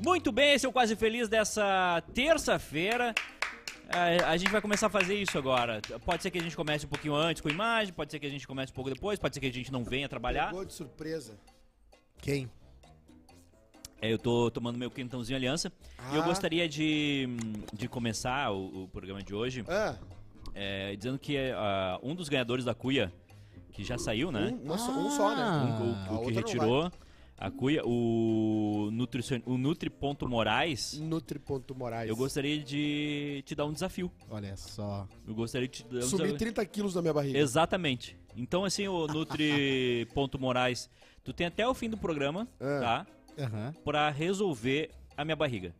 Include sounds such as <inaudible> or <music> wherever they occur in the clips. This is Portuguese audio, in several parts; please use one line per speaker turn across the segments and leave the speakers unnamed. Muito bem, esse é o Quase Feliz dessa terça-feira. É, A, a gente vai começar a fazer isso agora. Pode ser que a gente comece um pouquinho antes com a imagem, pode ser que a gente comece um pouco depois, pode ser que a gente não venha trabalhar.
Pegou de surpresa.
Quem?
É, eu tô tomando meu quentãozinho aliança. E eu
Ah.
gostaria de, de começar o, o programa de hoje
Ah,
é, dizendo que ah, um dos ganhadores da cuia, que já saiu, né?
um, uma só- um só,
Um-
né?
Ah.
o,
A
o que
outra não
retirou a cuia, o, nutricion, o Nutri.Moraes,
Nutri.morais.
eu gostaria de te dar um desafio.
Olha só.
Eu gostaria de te dar um
Subi
desafio.
30 quilos na minha barriga.
Exatamente. Então, assim, o <laughs> Nutri.Moraes, tu tem até o fim do programa,
É.
tá?
Aham.
Pra resolver a minha barriga.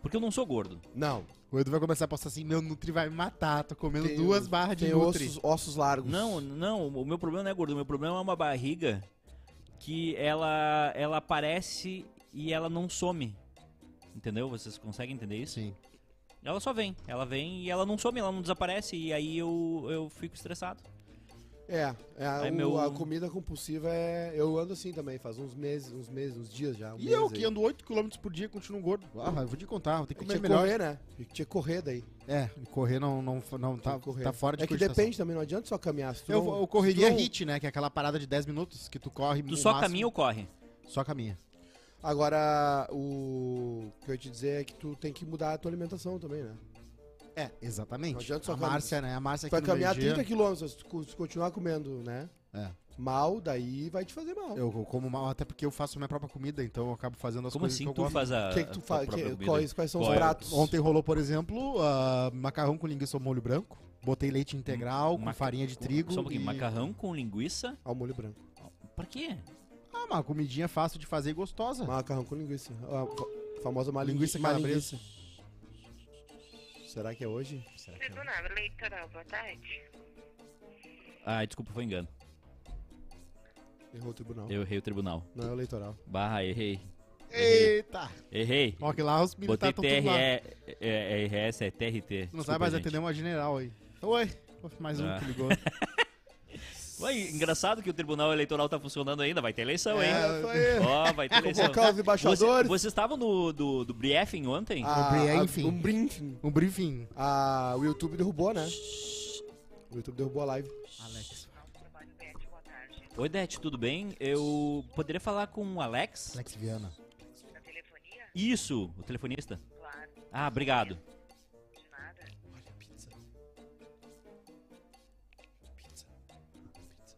Porque eu não sou gordo.
Não.
O Edu vai começar a postar assim: meu Nutri vai me matar, tô comendo
Tem-
duas barras É de
Tem
Nutri.
ossos, ossos largos.
Não, não, o meu problema não é gordo, o meu problema é uma barriga que ela ela aparece e ela não some. Entendeu? Vocês conseguem entender isso?
Sim.
Ela só vem, ela vem e ela não some, ela não desaparece e aí eu, eu fico estressado.
É, é,
Aí
o-
né? meu-
a comida compulsiva é. Eu ando assim também, faz uns meses, uns meses, uns dias já. um
E
mês
eu
aí.
que ando 8km por dia e continuo gordo. Ah, eu vou te contar, vou ter que
Tinha que
comer melhor.
correr, né? Tinha que correr daí.
É, correr não, não, não
Tinha
tá,
que correr.
tá fora de
É que
cogitação.
depende também, não adianta só caminhar. Se tu
Eu,
não-
eu correria
se tu não-
hit, né? Que é aquela parada de 10 minutos que tu corre.
Tu
o
só
máximo-
caminha ou corre?
Só caminha.
Agora, o que eu ia te dizer é que tu tem que mudar a tua alimentação também, né?
É, exatamente.
Não adianta só
a
caminhar.
Márcia, né? A Márcia
Tu vai
aqui no
caminhar
meio-dia-
30 quilômetros, se tu continuar comendo, né?
É.
Mal, daí vai te fazer mal.
Eu como mal, até porque eu faço minha própria comida, então eu acabo fazendo as
Como
coisas
assim
que eu
tu
gosto.
faz a
O que, que tu
a tua
faz?
própria
Que,
comida?
quais, quais são os
Qual é?
pratos?
Ontem rolou, por exemplo, ah, macarrão com linguiça ao molho branco. Botei leite integral, com
Hum, Maca-
farinha de trigo.
Só um pouquinho,
e-
macarrão com linguiça?
Ao Ah, molho branco.
Pra quê?
Ah, uma comidinha fácil de fazer e gostosa.
Macarrão com linguiça. A fa- famosa uma
Linguiça calabresa.
Será que é hoje?
Será que é?
Tribunal Eleitoral, boa tarde.
Ah, desculpa, foi engano.
Errou o tribunal.
Eu errei o tribunal.
Não é o eleitoral.
Barra, errei.
Eita!
Errei.
Ó, que lá os
Botei
militares estão tudo
TRE,
lá.
é, é, RS, é TRT.
Tu não
Desculpa,
sabe mais
gente.
atender uma general aí. Oi! Mais um
Ah.
que
<laughs>
ligou.
Ué, engraçado que o Tribunal Eleitoral tá funcionando ainda, vai ter eleição, hein?
É,
Ó, vai
<laughs>
ter eleição.
Convocar os
é Você-
embaixadores.
Vocês estavam no do, do briefing ontem?
Ah,
Um
ah,
briefing.
Um briefing.
Um briefing.
Ah, o YouTube derrubou, né? O YouTube derrubou a live.
Alex.
Trabalho Bete, boa tarde.
Oi, Dete, tudo bem? Eu poderia falar com o Alex?
Alex Viana.
Da telefonia?
Isso, o telefonista.
Claro,
Ah, obrigado.
de nada.
Olha, pizza. Pizza. Pizza.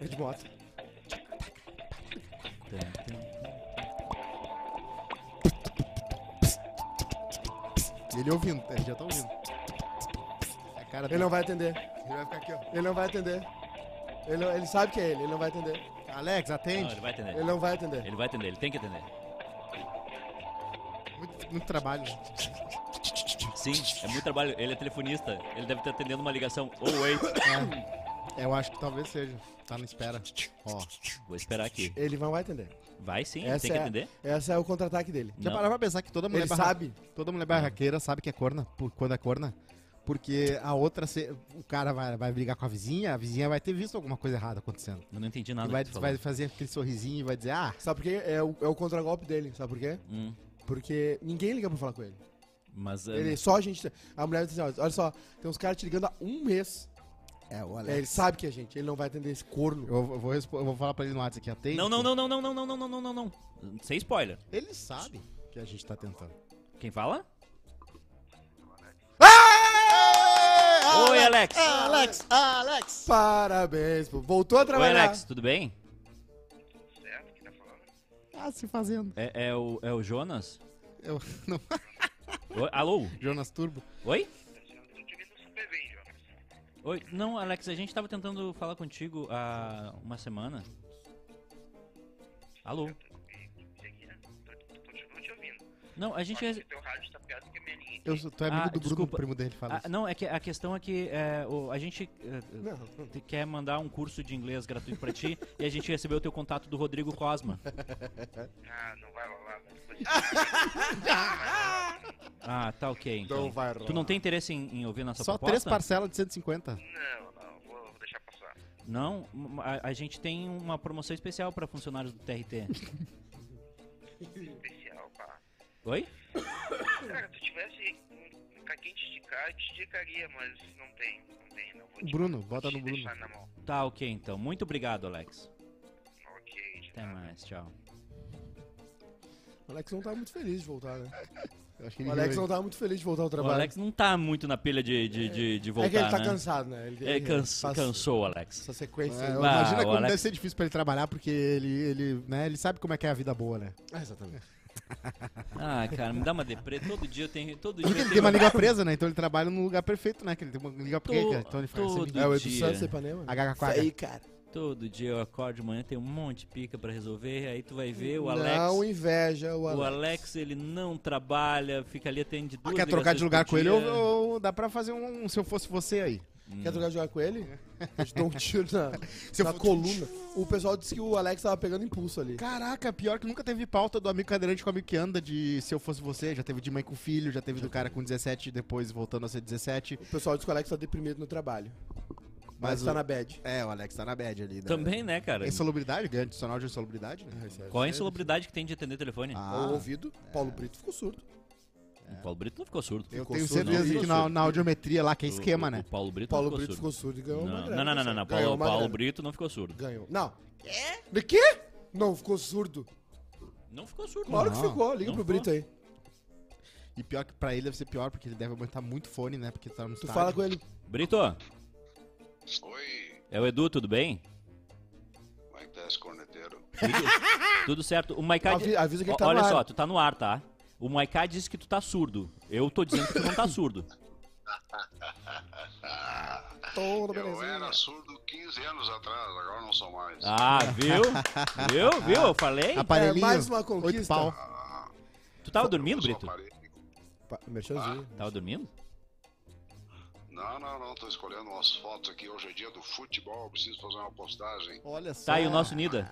É de moto.
Ele ouvindo, ele já tá ouvindo. É a cara
Ele
dele.
não vai atender.
Ele vai ficar aqui, ó.
Ele não vai atender. Ele, não- ele sabe que é ele, ele não vai atender.
Alex,
Não,
atende.
ele vai
Ele
atender.
não vai atender.
Ele vai atender, ele tem que atender.
Muito, muito trabalho. né?
Sim, é muito trabalho. Ele é telefonista. Ele deve estar atendendo uma ligação. Oh, wait.
É, eu acho que talvez seja. Tá na espera. Ó.
Vou esperar aqui.
Ele não vai atender.
Vai sim, ele
Essa
tem que
é-
atender.
Essa é o contra-ataque dele.
Já
Não.
parava pra pensar que toda mulher
Ele sabe.
Toda mulher barraqueira sabe que é corna, por, quando é corna. Porque a outra, se- o cara vai, vai brigar com a vizinha, a vizinha vai ter visto alguma coisa errada acontecendo.
Eu não entendi
E
nada
vai,
que Ah, tu
vai
falou.
fazer aquele sorrisinho e vai dizer, ah,
Sabe por quê? É o, é o contragolpe dele. Sabe por quê?
Hum,
Porque ninguém liga pra falar com ele.
mas ah,
Ele só a gente. A mulher diz assim: ó, olha só, tem uns caras te ligando há um mês.
é, olha.
É, ele sabe que é a gente, ele não vai atender esse corno.
Eu, eu vou, respo- eu vou falar pra ele no WhatsApp aqui, atende.
Não, não, não, não, não, não, não, não, não, não, não. Sem spoiler.
Ele sabe que a gente tá tentando.
Quem fala?
É!
Ah,
Oi, Alex.
Alex, Alex.
Parabéns, pô. Voltou a
Oi,
trabalhar.
Alex, tudo bem?
Certo, que tá falando?
Tá se fazendo.
É, é o, é o Jonas?
Eu, <laughs> não.
Oi, alô?
Jonas Turbo.
Oi?
Eu tô te vendo super bem, Jonas.
Oi? Não, Alex, a gente tava tentando falar contigo há uma semana. Alô?
E você aqui, né? Tô, tô, continuo te ouvindo.
Não, a gente.
Só que teu rádio tá pior do que a minha linha.
Eu sou, tu é amigo
Ah,
do Bruno,
desculpa.
primo dele, fala
Ah,
isso.
não, é que a questão é que é, o- a gente é,
Não,
te- quer mandar um curso de inglês gratuito pra ti <laughs> e a gente recebeu o teu contato do Rodrigo Cosma.
Ah, não vai rolar, velho. Depois-
<laughs>
Ah, tá ok. então.
Não vai rolar.
Tu não tem interesse em, em ouvir nossa
Só
proposta?
três parcelas de 150.
Não, não, vou, vou deixar passar.
Não, m- a, a gente tem uma promoção especial pra funcionários do
<laughs>
TRT.
Especial, pá.
Oi?
Cara, se eu tivesse um- pra quem te indicar, eu te indicaria, mas não tem, não tem, não vou te
Bruno,
vou
bota
te
no Bruno.
deixar na mão.
Tá ok então. Muito obrigado, Alex.
Ok, de
Até
nada.
mais, tchau.
o Alex não tava muito feliz de voltar, né?
Eu acho que
O
ele
Alex
riu
não
aí.
tava muito feliz de voltar ao
O
trabalho.
Alex não tá muito na pilha de, de, de, de voltar,
é que ele tá
né?
cansado, né? Ele,
É,
ele
canso-
faz
cansou, Alex.
Essa sequência.
É,
aí.
eu-
Ah,
imagina
o
como
Alex-
deve ser difícil pra ele trabalhar, porque ele, ele, né, ele sabe como é que é a vida boa, né?
Ah, exatamente.
Ah, cara, me dá uma deprê. Todo dia eu tenho...
<laughs>
Todo dia eu
Porque ele
tenho
tem
<laughs>
uma liga presa, né? Então ele trabalha num lugar perfeito, né? Que ele tem uma liga
Tô-
presa, então ele faz
tô-
sempre-
É o Edu
Dia.
Santos de Ipanema.
HH4.
cara.
Todo dia eu acordo de manhã, tem um monte de pica pra resolver, aí tu vai ver o Alex.
Não inveja o
o
Alex. Ah,
Alex, ele não trabalha, fica ali atende duas
Ah, Quer trocar
ligações
de lugar
por
com ele
dia.
ou, ou dá pra fazer um, um se eu fosse você aí?
Quer trocar de jogar com ele?
Hum.
Eu te dou um tiro
<laughs>
na,
Se eu
na
for-
coluna. O pessoal disse que o Alex tava pegando impulso ali.
Caraca, pior que nunca teve pauta do amigo cadeirante com o amigo que anda de se eu fosse você, já teve de mãe com filho, já teve do cara com 17 e depois voltando a ser 17.
O pessoal disse que o Alex tá deprimido no trabalho.
Mas
Mas
o-
tá na bad.
É, o Alex tá na bad ali, né?
Também, né, cara?
é
Insalubridade, grande adicional de insalubridade, né?
Qual é a insalubridade que tem de atender telefone?
Ao
Ah,
ouvido,
é.
Paulo Brito ficou surdo.
O Paulo Brito não ficou surdo.
eu
O-
tenho
surdo,
certeza
não.
que na, na audiometria lá, que é
o-
esquema, né?
O Paulo Brito
Paulo
não
Brito
ficou
ficou surdo e
surdo.
ganhou uma
Não,
grana.
não,
né?
não, não, não,
Ganhou
Paulo,
uma
Paulo
grana.
Brito não ficou surdo.
Ganhou. Não. De quê? Não, ficou surdo.
Não ficou surdo.
Claro que
Não,
ficou. Liga
não
pro Brito aí.
E pior que pra ele deve ser pior, porque ele deve aguentar muito fone, né? Porque tá no
Tu fala com ele.
Brito,
Oi,
é o Edu, tudo bem?
como é que tá esse corneteiro?
Tudo,
<laughs>
tudo certo. O Maiká
Avi-
di-
avisa que ele tá
Olha
no ar.
só, tu tá no ar, tá? O Maiká disse que tu tá surdo. Eu tô dizendo que tu não
<laughs>
tá surdo. Ah,
Toda
Eu era
beleza. É,
surdo 15 anos atrás, agora não sou mais.
Ah, viu? Viu, viu? Eu falei?
Aparelhinho,
É, mais uma
Oito
conquista.
pau.
Tu tava dormindo,
Ah, Eu sou
Brito?
aparelho.
Pa-
Ah,
Merchanzinho.
Tava dormindo?
Não, não, não, tô escolhendo umas fotos aqui. Hoje é dia do futebol, preciso fazer uma postagem.
Olha só.
Tá aí o nosso Nida.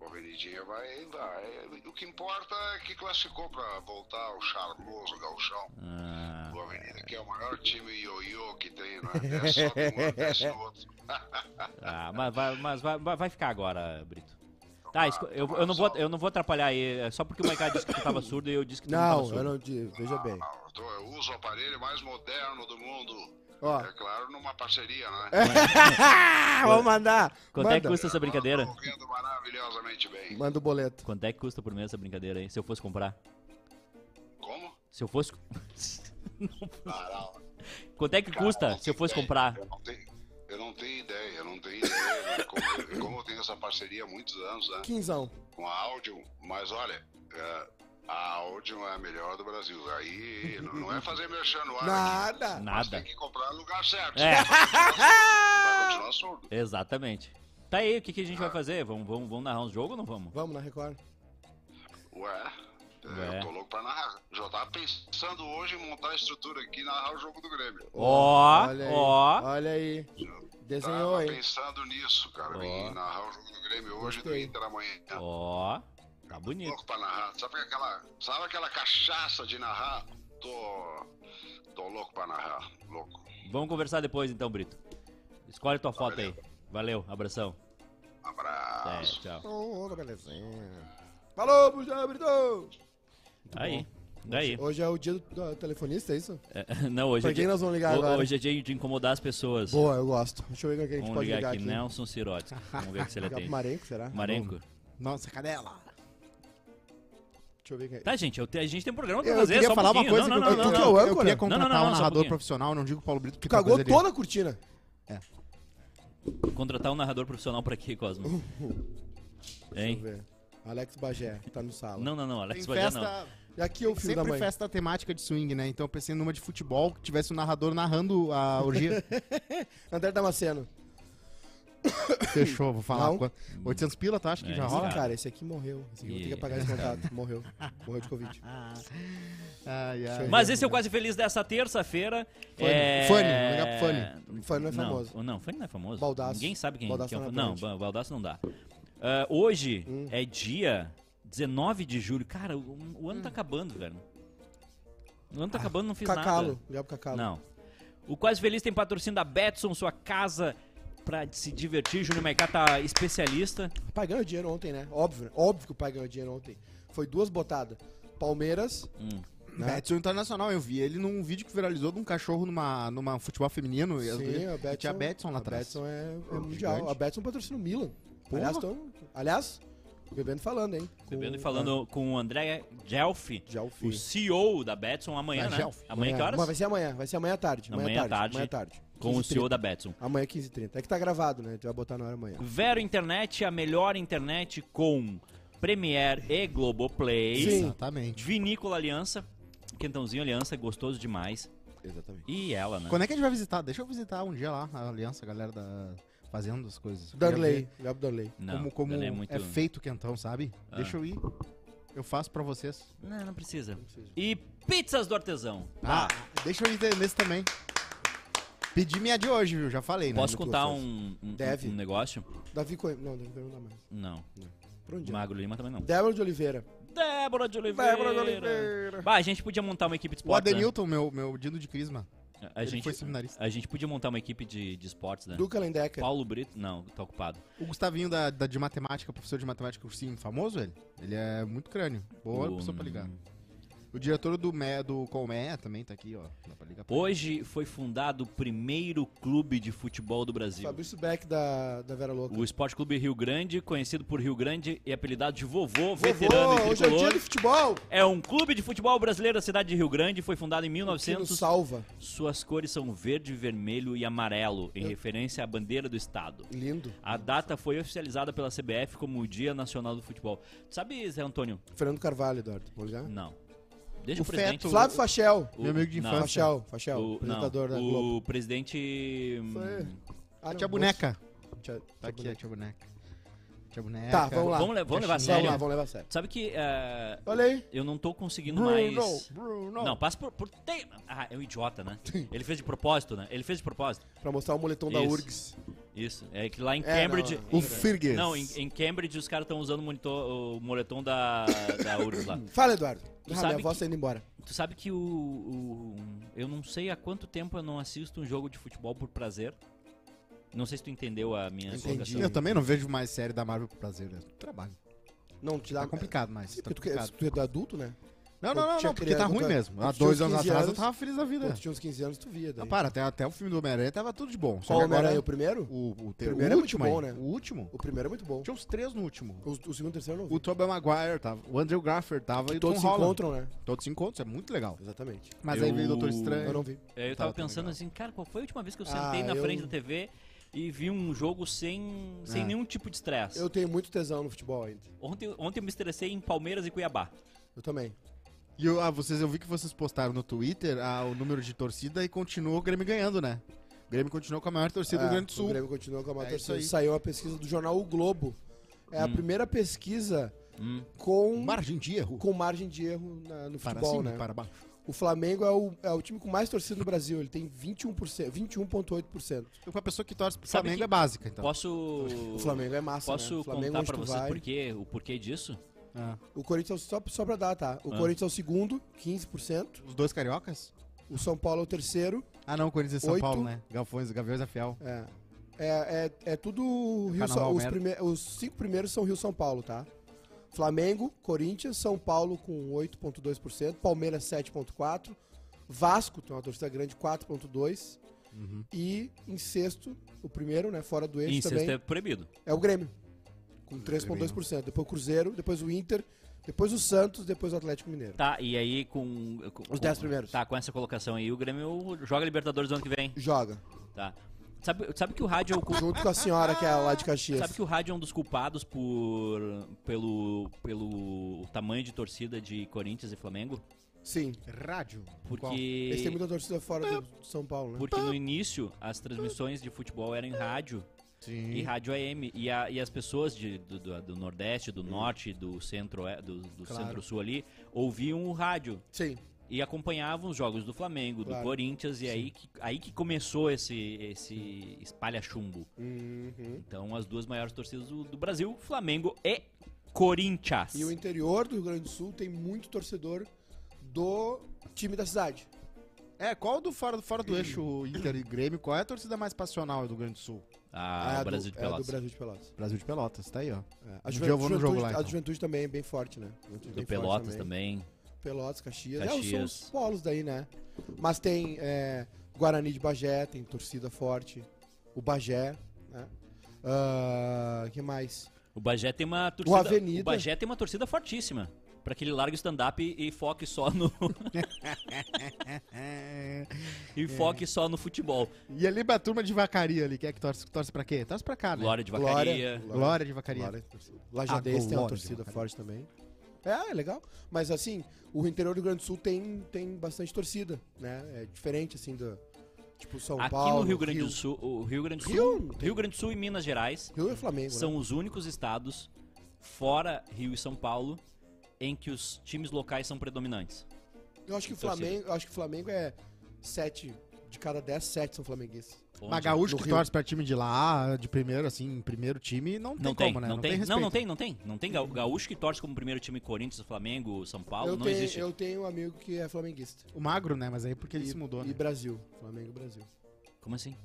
O Benidinha vai, vai. O que importa é que classificou pra voltar ao charmoso galchão.
Ah,
O Avenida, que é o maior time ioiô que tem,
<laughs>
né? É só de um ano, desce no outro. <laughs>
ah, mas vai, mas vai, vai- vai ficar agora, Brito. Tá, esco- eu, eu não vou, eu não vou atrapalhar aí. É só porque o Maiká disse que tu tava surdo e eu disse que tu não, tava
Não,
surdo.
eu não digo. Veja bem.
Ah, eu, tô- eu uso o aparelho mais moderno do mundo.
Ó.
É claro, numa
<laughs>
parceria, né?
Ah, <laughs> vamos mandar.
Quanto é que
Manda.
custa essa brincadeira?
Tô ouvindo Tá maravilhosamente bem.
Manda o boleto.
Quanto é que custa por mês essa brincadeira aí? Se eu fosse comprar?
Como?
Se eu fosse. <laughs>
Caralho.
Quanto é que custa se eu fosse comprar?
Eu não tenho, eu não tenho ideia, eu não tenho ideia. né? Como, como eu tenho essa parceria há muitos anos, né?
Quinzão.
Com a Audium, mas olha, é, a Audium é a melhor do Brasil. Aí não, não é fazer merchan no ar. aqui,
Nada.
mas
Nada.
Tem que comprar no lugar certo.
É.
Vai continuar surdo.
Exatamente. Tá aí, o que, que a gente vai fazer? Vamos, vamos, vamos narrar uns jogos ou não vamos?
Vamos na Record.
Ué. é,
Ué.
Eu tô louco pra narrar. Já tava pensando hoje em montar a estrutura aqui e narrar o jogo do Grêmio.
Ó,
Olha aí,
ó.
Olha aí. Desenhou,
Tava
hein?
pensando nisso, cara. Em narrar o jogo do Grêmio hoje
Gostei.
do Inter amanhã.
Ó. Tá bonito.
louco pra narrar. Sabe aquela, sabe aquela cachaça de narrar? Tô, tô louco pra narrar. Louco.
Vamos conversar depois então, Brito. Escolhe tua foto aí. Valeu, abração. É,
Abraço.
tchau.
Toda belezinha. Falou, Puxa Brito!
Tá Aí. Daí.
Hoje é o dia do, do telefonista, é isso?
É, <laughs> Não, hoje
Pra
é
quem
dia-
nós vamos ligar
ho-
agora?
Hoje é dia de incomodar as pessoas.
Boa, eu gosto. Deixa eu ver o que a gente
Vamos
pode
ligar,
ligar,
aqui, Nelson Sirotsky. Vamos ver o que
<laughs>
se ele
Ligar
tem.
pro Marenco, será?
Marenco.
Nossa, cadela.
Deixa eu ver quem é.
Tá, gente, eu te- a gente tem um programa pra
Eu,
fazer.
queria
só um
falar uma
pouquinho.
coisa
não,
que
não,
eu,
não,
eu
não,
que
não.
eu amo,
queria
né?
contratar
Não, não, não, só
um
um
narrador
pouquinho.
profissional, não digo o Paulo Brito, porque
Tá, Cagou
depois ele-
toda a cortina.
Contratar um narrador profissional pra quê, Cosmo?
<laughs> Deixa eu
Hein?
ver. Alex Bagé, tá no sala.
Não, não, não, Alex
Tem
Bagé não.
festa,
E aqui é o filho da
sempre
mãe.
festa temática de swing, né? Então eu pensei numa de um futebol que tivesse o narrador narrando a orgia.
André Damasceno.
Fechou, vou falar.
Não.
quanto. 800 pila, tá? Acho que
É,
já
isso
rola.
dá.
Cara, esse aqui morreu. Esse aqui eu vou ter que apagar
<laughs>
esse contato. Morreu. Morreu de Covid.
Ai, ai.
Mas esse é o Quase Feliz dessa terça-feira.
Funny,
É...
funny, vamos ligar pro Funny.
Funny não é famoso.
Não, não Funny não é famoso.
Baldaço.
Ninguém sabe quem,
Baldaço
quem é o
tá na
Não,
frente.
Ba- Baldaço não dá. Ah, hoje
Hum.
é dia 19 de julho. Cara, o, o ano
Hum.
tá acabando, velho. O ano tá acabando, não fiz nada.
Ah, Cacalo. Diabo Cacalo.
Não. O Quase Feliz tem patrocínio da Betson, sua casa pra se divertir. Júnior Maicá tá especialista.
O pai ganhou dinheiro ontem, né? Óbvio, né? óbvio que o pai ganhou dinheiro ontem. Foi duas botadas. Palmeiras,
Né? Betson Internacional, eu vi ele num vídeo que viralizou de um cachorro numa, numa futebol feminino. e as
sim,
gurias-
a
e
Betson.
tinha a Betson lá
a
atrás.
Betson é, é mundial.
gigante.
A Betson patrocina o Milan.
Porra.
Aliás, tão, aliás, bebendo e falando, hein?
Bebendo e falando com o André Gelfi,
Já o
o
fiz.
CEO da Betson, amanhã,
Ah,
né?
Gelfi.
Amanhã que horas?
Mas vai ser amanhã, vai ser amanhã à tarde.
Amanhã à
à tarde.
tarde.
Amanhã à tarde.
Com o
15h30.
CEO da Betson.
Amanhã 15h30. É que tá gravado, né? Tu vai botar na hora amanhã.
Vero Internet, a melhor internet com Premiere e Globoplay.
Sim.
Exatamente.
Vinícola Aliança, Quentãozinho Aliança, gostoso demais.
Exatamente.
E ela, né?
Quando é que a gente vai visitar? Deixa eu visitar um dia lá, a aliança, a galera da... fazendo as coisas. Queria
Darley,
ver
Diabo Darley.
Não,
como como
ela
é,
é muito...
feito o quentão, sabe?
Ah.
Deixa eu ir. Eu faço pra vocês.
Não, não precisa.
precisa.
E pizzas do artesão.
Ah, deixa eu ir nesse também. Pedi minha de hoje, viu? Já falei, né?
Posso
Muito
contar
gostoso.
um, um,
Deve.
um negócio?
Davi Coimbra. Não, Davi Coimbra não dá mais.
Não.
Por onde? é?
Magro Lima também não.
Débora de Oliveira.
Débora de Oliveira.
Débora de Oliveira.
Bah, a gente podia montar uma equipe de
O
esportes. né?
Adenilton, meu, meu dino de crisma.
A,
ele
gente,
foi seminarista.
a gente podia montar uma equipe de, de esportes, né?
Duca Lendecker.
Paulo Brito. Não, tá ocupado.
O Gustavinho da, da- de matemática, professor de matemática, cursinho famoso, ele. Ele é muito crânio. Boa hum.
O-
pessoa pra ligar. O diretor do, Me, do Colmeia também tá aqui, ó. Dá pra ligar pra ele.
Hoje foi fundado o primeiro clube de futebol do Brasil.
Fabrício Beck da, da Vera Louca.
O Esporte Clube Rio Grande, conhecido por Rio Grande e apelidado de Vovô, veterano e
hoje é o dia
tricolor.
do futebol.
É um clube de futebol brasileiro da cidade de Rio Grande, foi fundado em
Que nos
1900.
salva.
Suas cores são verde, vermelho e amarelo,
É.
em referência à bandeira do estado.
Lindo.
A data foi oficializada pela CBF como o Dia Nacional do Futebol. Sabe, Zé Antônio?
Fernando Carvalho, Eduardo. Vamos ligar?
Não. Deixa
O
o, presidente.
feto-
Flávio Fachel.
o-
Meu amigo de
não,
infância.
Fachel, Fachel,
O, não,
apresentador da Globo.
o presidente. hum,
Foi- Ah, não,
Tia boneca.
moço. Tia- tia
Tá aqui, a
boneca.
tia boneca. Tia boneca.
Tá, vamos lá.
Vamos, le- vamos levar a
Vamos
sério.
Vamos lá, vamos levar a sério.
Sabe que eh,
Olha aí.
eu não tô conseguindo
Bruno,
mais.
Bruno.
Não, passa por, por tem- Ah, é um idiota, né? Ele fez de propósito, né? Ele fez de propósito.
Pra mostrar o moletom da
Isso.
URGS.
Isso. É que lá em
É,
Cambridge.
não,
O
em-
Firgues.
Não, em, em Cambridge os caras estão usando o, monitor- o moletom da, da URGS
<laughs>
lá.
Fala, Eduardo.
Tu
Ah,
sabe
minha voz
que-
tá indo embora.
Tu sabe que o, o- Eu não sei há quanto tempo eu não assisto um jogo de futebol por prazer. Não sei se tu entendeu a minha
Entendi.
colocação.
Eu também não vejo mais série da Marvel pro prazer. É trabalho.
Não, te dá...
Tá complicado, mas
é. Sim,
tá
porque tu, quer-
complicado.
tu é adulto, né?
Não, não, não,
tinha
não, porque tá
criado-
ruim
quando-
mesmo. Há
quando tinha
dois
uns
anos
15
atrás eu
anos-
tava feliz da vida.
Quando tu tinha uns 15 anos, tu via. Daí.
Ah, para, até, até o filme do Homem-Aranha tava tudo de bom. Só
Qual
que
Homem-Aranha?
agora
é O primeiro?
o, o, ter-
O
o
primeiro é muito
último
bom,
aí,
né?
O último.
O primeiro é muito bom.
Tinha uns três no último.
Os- O, segundo e o terceiro eu não vi.
O Tobey Maguire tava, o Andrew Garfield tava e o
Todos
Tom
se
Holland.
encontram, né?
Todos se encontram, isso é muito legal.
Exatamente.
Mas aí
Eu-
veio o Doutor
Eu não
Estranho.
vi.
É, Eu tava
Tá, tá
pensando
legal.
assim, cara, qual foi a última vez que eu
Ah,
sentei na
eu- É.
frente da TV e vi um jogo sem, sem
Ah.
nenhum tipo de estresse?
Eu tenho muito tesão no futebol ainda.
Ontem, ontem eu me estressei em Palmeiras e Cuiabá.
Eu também.
E eu, ah, vocês, eu vi que vocês postaram no Twitter ah, o número de torcida e continuou o Grêmio ganhando, né? O Grêmio continuou com a maior torcida do Rio Grande do
É, O
Sul.
Grêmio continua com a maior
É
torcida.
isso aí. Hum.
Saiu a pesquisa do jornal O Globo. É a primeira pesquisa
Hum.
com,
Margem de erro.
com margem de erro na- no
Para
futebol,
cima
né?
e para baixo.
O Flamengo é o, é o time com mais torcida no Brasil. Ele tem 21%, 21,8%.
Eu, pra Tipo, pessoa que torce pro
Sabe
Flamengo
que-
é básica, então.
Posso.
Tá. O Flamengo é massa, né?
Posso
O Flamengo
contar
onde
pra
tu
vocês
vai.
por quê? o porquê disso?
Ah.
O Corinthians, só, só pra dar, tá? O
Ah.
Corinthians é o segundo, 15%.
Os dois cariocas?
O São Paulo é o terceiro.
Ah, não, Corinthians e São
Oito.
Paulo, né? Galfões, Gaviões e Fiel.
É, é, é, é tudo Rio
Carnaval
São, os,
merda.
prime- os cinco primeiros são Rio São Paulo, tá? Flamengo, Corinthians, São Paulo com 8,2%, Palmeiras 7,4%, Vasco tem uma torcida grande 4,2%, e em sexto, o primeiro, né, fora do
Em
eixo
sexto
também,
é proibido.
é o Grêmio, com 3,2%. Depois o Cruzeiro, depois o Inter, depois o Santos, depois o Atlético Mineiro.
Tá, e aí com. com-
Os
com-
dez primeiros.
Tá, com essa colocação aí, o Grêmio joga Libertadores no ano que vem.
Joga,
Tá. Sabe, sabe que o rádio é o. cu-
junto com a senhora que é lá de Caxias.
Sabe que o rádio é um dos culpados por. pelo. pelo tamanho de torcida de Corinthians e Flamengo?
Sim,
Rádio. Qual?
Porque.
eles têm muita torcida fora do São Paulo, né?
Porque no início as transmissões de futebol eram em rádio
Sim.
e rádio AM. E, a- e as pessoas de- do, do- do Nordeste, do Norte, do Centro, é- do, do
Claro.
Centro-Sul ali, ouviam o rádio
Sim.
e acompanhavam os jogos do Flamengo,
Claro.
do Corinthians, e aí que, aí que começou esse, esse espalha-chumbo.
Uhum.
Então, as duas maiores torcidas do, do Brasil, Flamengo e Corinthians.
E o interior do Rio Grande do Sul tem muito torcedor do time da cidade.
É, qual do fora, do fora do eixo Inter e Grêmio, qual é a torcida mais passional do Rio Grande do Sul?
Ah,
é
o Brasil de
do, é do
Pelotas.
Brasil de Pelotas.
Brasil de Pelotas, tá aí, ó.
É,
Um dia eu vou no jogo lá,
a
então.
juventude também é bem forte, né? Juventude
do
bem forte
Pelotas também.
Pelotas, Caxias. É, são
Caxias.
os polos daí, né? Mas tem é, Guarani de Bagé, tem torcida forte. O Bagé, né? Ah, que mais?
O Bagé tem uma torcida.
Avenida.
o Bagé tem uma torcida fortíssima. Pra que ele largue o stand-up e e foque só no. <laughs>
É.
e foque só no futebol.
É. E ali a turma de vacaria ali, quem é que torce, torce pra quê? Torce pra cá, né?
Glória de
Ah, Glória.
vacaria.
Glória de vacaria.
Glória. Lajadense
Ah,
tem uma
Glória,
torcida
cara.
forte também. É, é legal. Mas assim, o interior do Rio Grande do Sul tem, tem bastante torcida, né? É diferente, assim, do. Tipo, São
Aqui
Paulo.
no Rio Grande do Sul. O Rio Grande do Sul.
Rio?
Rio, Grande do Sul e Minas Gerais
Rio e Flamengo. né?
são os únicos estados, fora Rio e São Paulo, em que os times locais são predominantes.
Eu acho que o
torcida.
Flamengo, eu acho que o Flamengo é 7 de cada 10, 7 são flamenguistas.
Onde-
Mas gaúcho
No
que
Rio.
torce pra time de lá, de primeiro, assim, primeiro time, não tem
Não tem,
como, né?
não tem. Não, não
respeito.
tem, não tem. Não tem ga- gaúcho que torce como primeiro time Corinthians, Flamengo, São Paulo.
eu,
não
tenho,
existe.
eu tenho um amigo que é flamenguista.
O magro, né? Mas aí porque ele
e,
se mudou,
E
né?
Brasil. Flamengo e Brasil.
Como assim?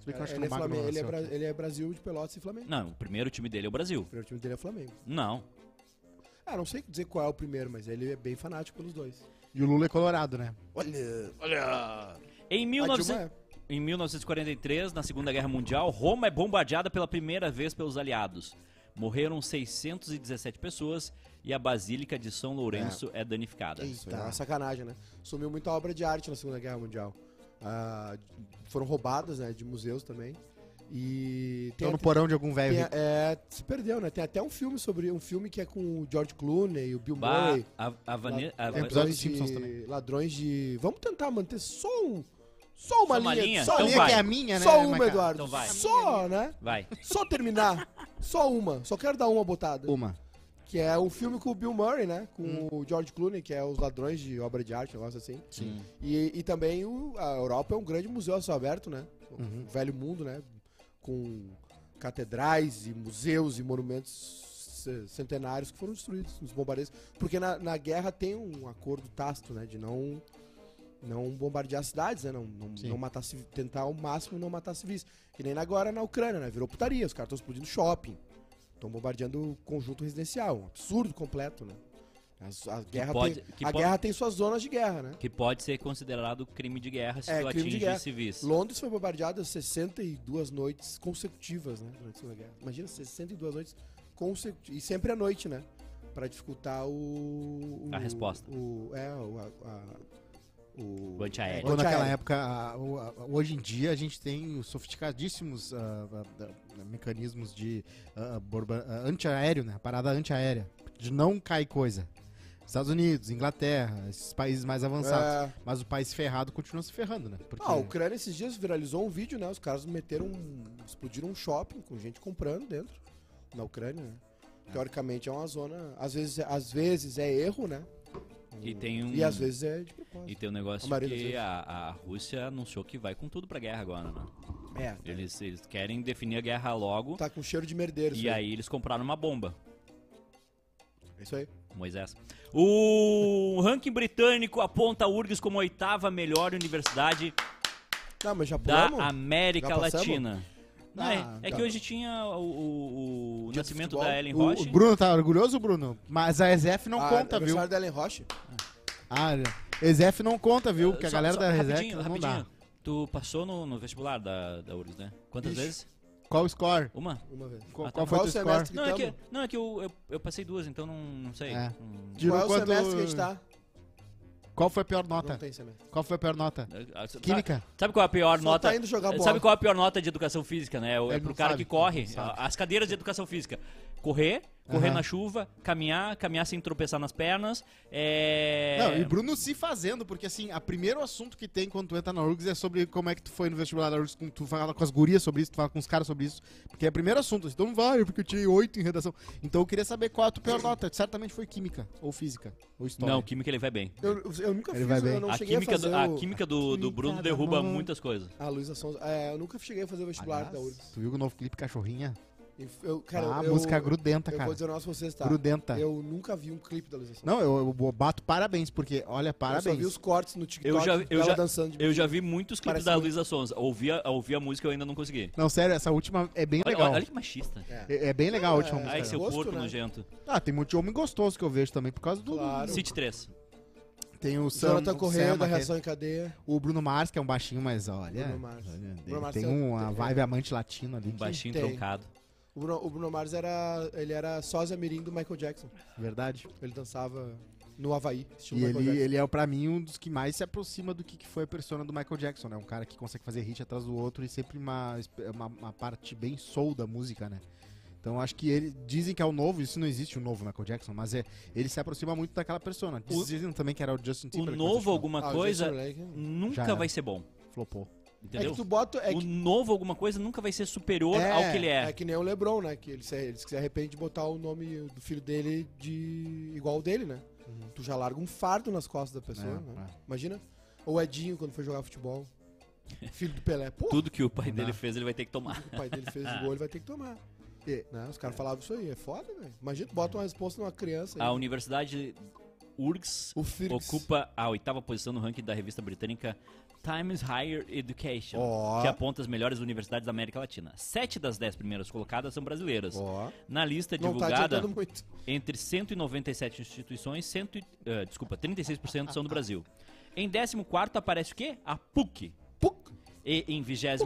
Se bem que eu acho que um
ele, é
no magro né?
Flamengo,
não
ele, é
nasceu
Bra-
aqui.
ele é Brasil de Pelotas e Flamengo.
Não, o primeiro time dele é o Brasil.
O primeiro time dele é Flamengo.
Não.
Ah, não sei dizer qual é o primeiro, mas ele é bem fanático pelos dois.
E o Lula é colorado, né?
Olha!
Em,
A
1900
Dilma é.
em 1943, na Segunda Guerra Mundial, Roma é bombardeada pela primeira vez pelos aliados. Morreram 617 pessoas e a Basílica de São Lourenço é, danificada.
Eita, é uma sacanagem, né? Sumiu muita obra de arte na Segunda Guerra Mundial. Ah, foram roubadas, né? De museus também. E
Tô
tem,
no porão de algum velho
tem-
rico.
é, se perdeu, né? Tem até um filme sobre um filme que é com o George Clooney, o Bill
Bah, é,
Murray.
a, a Vane- a-
Tem episódio
ladrões
dos Simpsons
de-
também.
Ladrões de. Vamos tentar manter só um. Só uma
Só uma
linha.
linha?
Só,
Então
Ali
uma,
é que
vai.
é a minha, né?
só uma,
Maca?
Eduardo.
Então vai.
Só, né?
Vai.
Só terminar. só uma. Só quero dar uma botada.
Uma.
Que é um filme com o Bill Murray, né? Com o George Clooney, que é os ladrões de obra de arte, um negócio assim.
Sim.
E, e também o- a Europa é um grande museu a céu aberto, né?
Uhum.
O velho mundo, né? Com catedrais e museus e monumentos ce- centenários que foram destruídos nos bombardeios. Porque na, na guerra tem um acordo tácito, né? De não, não bombardear cidades, né? Não, não,
Sim.
não matar civi- tentar ao máximo não matar civis. Que nem agora na Ucrânia, né? Virou putaria, os caras estão explodindo shopping. Estão bombardeando o conjunto residencial. Um absurdo completo, né? As- A, guerra,
pode- que
tem, a
pode-
guerra tem suas zonas de guerra, né?
Que pode ser considerado crime de guerra se
É,
tu
crime de
atinge
guerra.
civis.
Londres foi bombardeada 62 noites consecutivas, né? Durante a Segunda Guerra. Imagina, 62 noites consecutivas. E sempre à noite, né? Pra dificultar o. o-
A resposta.
O, é, o. A, a- o, É,
O antiaéreo.
o
Quando naquela época, a- o- a- hoje em dia, a gente tem os sofisticadíssimos ah, ah, ah, mecanismos de ah, borba- ah, antiaéreo, né? Parada antiaérea. De não cair coisa. Estados Unidos, Inglaterra, esses países mais avançados.
É,
Mas o país ferrado continua se ferrando, né? Porque
ah, a Ucrânia esses dias viralizou um vídeo, né? Os caras meteram. um- explodiram um shopping com gente comprando dentro. Na Ucrânia, né? Teoricamente é uma zona. Às vezes, às vezes é erro, né?
E tem um.
E às vezes é de propósito.
E tem um negócio
A maioria das
que
vezes.
a, a Rússia anunciou que vai com tudo pra guerra agora, né?
É.
Eles, eles querem definir a guerra logo.
Tá com cheiro de merdeiro.
E
isso
aí eles compraram uma bomba.
É Isso aí.
Moisés. O ranking britânico aponta a URGS como a oitava melhor universidade
Não, mas já
da
pulamos?
América
Já passamos?
Latina. Não, é-
Ah,
é,
tá.
que hoje tinha o, o- o
Dia do
nascimento
futebol.
da Ellen
o,
Roche.
o Bruno tá orgulhoso, Bruno? Mas a ESF não
Ah,
conta, viu?
aniversário da Ellen Roche?
Ah, ESF não conta, viu? Porque a
Ah, Só-
galera
só-
da ESF
rapidinho,
não
rapidinho.
dá.
Tu passou no, no vestibular da, da URGS, né? Quantas
Ixi.
vezes?
Qual o score?
Uma?
Uma vez.
Qual,
Ah, tá.
qual foi o
Qual
teu
semestre
score?
que
Não, é que,
tamo?
não, é que eu, eu, eu passei duas, então não, não sei.
Então. É.
Hum,
Tirou
Qual é o
quanto-
semestre que a gente tá?
Qual foi a pior nota?
Não tem semestre.
Qual foi a pior nota?
ah, sabe-
Química.
Sabe qual é a pior
Só
nota?
tá indo jogar bola.
Sabe qual é a pior nota de educação física, né? É
Ele
pro
não
cara
sabe,
que corre.
não sabe.
As cadeiras de educação física. correr, correr
Aham.
na chuva, caminhar, caminhar sem tropeçar nas pernas. É...
Não, e Bruno se fazendo, porque assim, o primeiro assunto que tem quando tu entra na URGS é sobre como é que tu foi no vestibular da URGS, com- tu fala com as gurias sobre isso, tu fala com os caras sobre isso, porque é o primeiro assunto, assim, então vai, porque eu tirei oito em redação. Então eu queria saber qual é a tua pior nota, certamente foi química, ou física, ou história.
Não, química ele vai bem.
Eu, eu nunca
Ele
fiz,
vai bem.
eu não
a
cheguei a
química,
fazer
do, a
o-
química do, do
Química
Bruno
da
derruba
mamãe.
muitas coisas.
a Luísa Sonza. É, eu nunca cheguei a fazer o vestibular da URGS.
Aliás, tu viu o novo clipe Cachorrinha?
E Eu, cara,
ah,
eu,
música
eu,
grudenta,
Eu
cara.
vou dizer um negócio pra vocês, tá?
Grudenta.
Eu nunca vi um clipe da Luísa Sonza.
Não, eu, eu bato parabéns, porque, olha,
Eu só vi
parabéns.
os cortes no TikTok
Eu já- eu
dela
já-
dançando de
Eu já vi muitos clipes
Parece
da
muito.
Luísa Sonza. Ouvi a, ouvi a música e eu ainda não consegui.
Não, sério, essa última é bem
Olha,
legal.
olha que machista.
É, é bem legal a última
É,
Ai,
música.
seu
Gosto,
porco
né?
nojento.
Ah, tem muito de homem gostoso que eu vejo também, por causa do...
Claro.
City 3.
Tem o Sam,
Jonathan Correia,
Sam,
da
aquele-
Reação em Cadeia.
O Bruno Mars, que é um baixinho, mas olha.
Bruno Mars.
olha, ele
Bruno Mars
tem
é-
uma
tem-
vibe amante latino ali.
Um
que-
baixinho
tem.
troncado.
O Bruno, o Bruno Mars era, ele era sósia mirim do Michael Jackson.
Verdade.
Ele dançava no Havaí, estilo
E
Michael
ele,
Jackson.
ele é, pra mim, um dos que mais se aproxima do que, que foi a persona do Michael Jackson, né? Um cara que consegue fazer hit atrás do outro e sempre uma, esp- é uma, uma parte bem soul da música, né? Então acho que ele. Dizem que é o novo, isso não existe o novo Michael Jackson, mas é, ele se aproxima muito daquela persona.
O-
Dizem também que era o Justin
O
Timberlake. mas acho que
novo
não.
alguma
Ah, o
coisa
Justin Timberlake.
nunca
Já.
vai ser bom.
Flopou.
É
Entendeu?
que tu bota... É
o
que,
novo alguma coisa nunca vai ser superior
É,
ao que ele é.
é que nem o LeBron, né? Que ele se, ele se arrepende de botar o nome do filho dele de igual o dele, né? Tu já larga um fardo nas costas da pessoa,
Uhum. É,
né? Imagina o Edinho quando foi jogar futebol. Filho do Pelé. Pô,
Tudo que o pai
Não
dele
dá.
fez, ele vai ter que tomar.
o pai dele fez o gol, ele vai ter que tomar.
E-
Né? Os caras falavam isso aí, é foda, velho. Imagina, tu bota uma resposta numa criança.
A
aí.
Universidade URGS
o Firx.
ocupa a oitava posição no ranking da revista britânica Times Higher Education,
Ó.
que aponta as melhores universidades da América Latina. Sete das dez primeiras colocadas são brasileiras.
Ó.
Na lista
Não tá
divulgada,
adiantando muito.
entre 197 instituições, 100, e- eh, desculpa, 36%
<laughs>
são do Brasil. Em 14 aparece o quê? A PUC.
Puc.
E em 27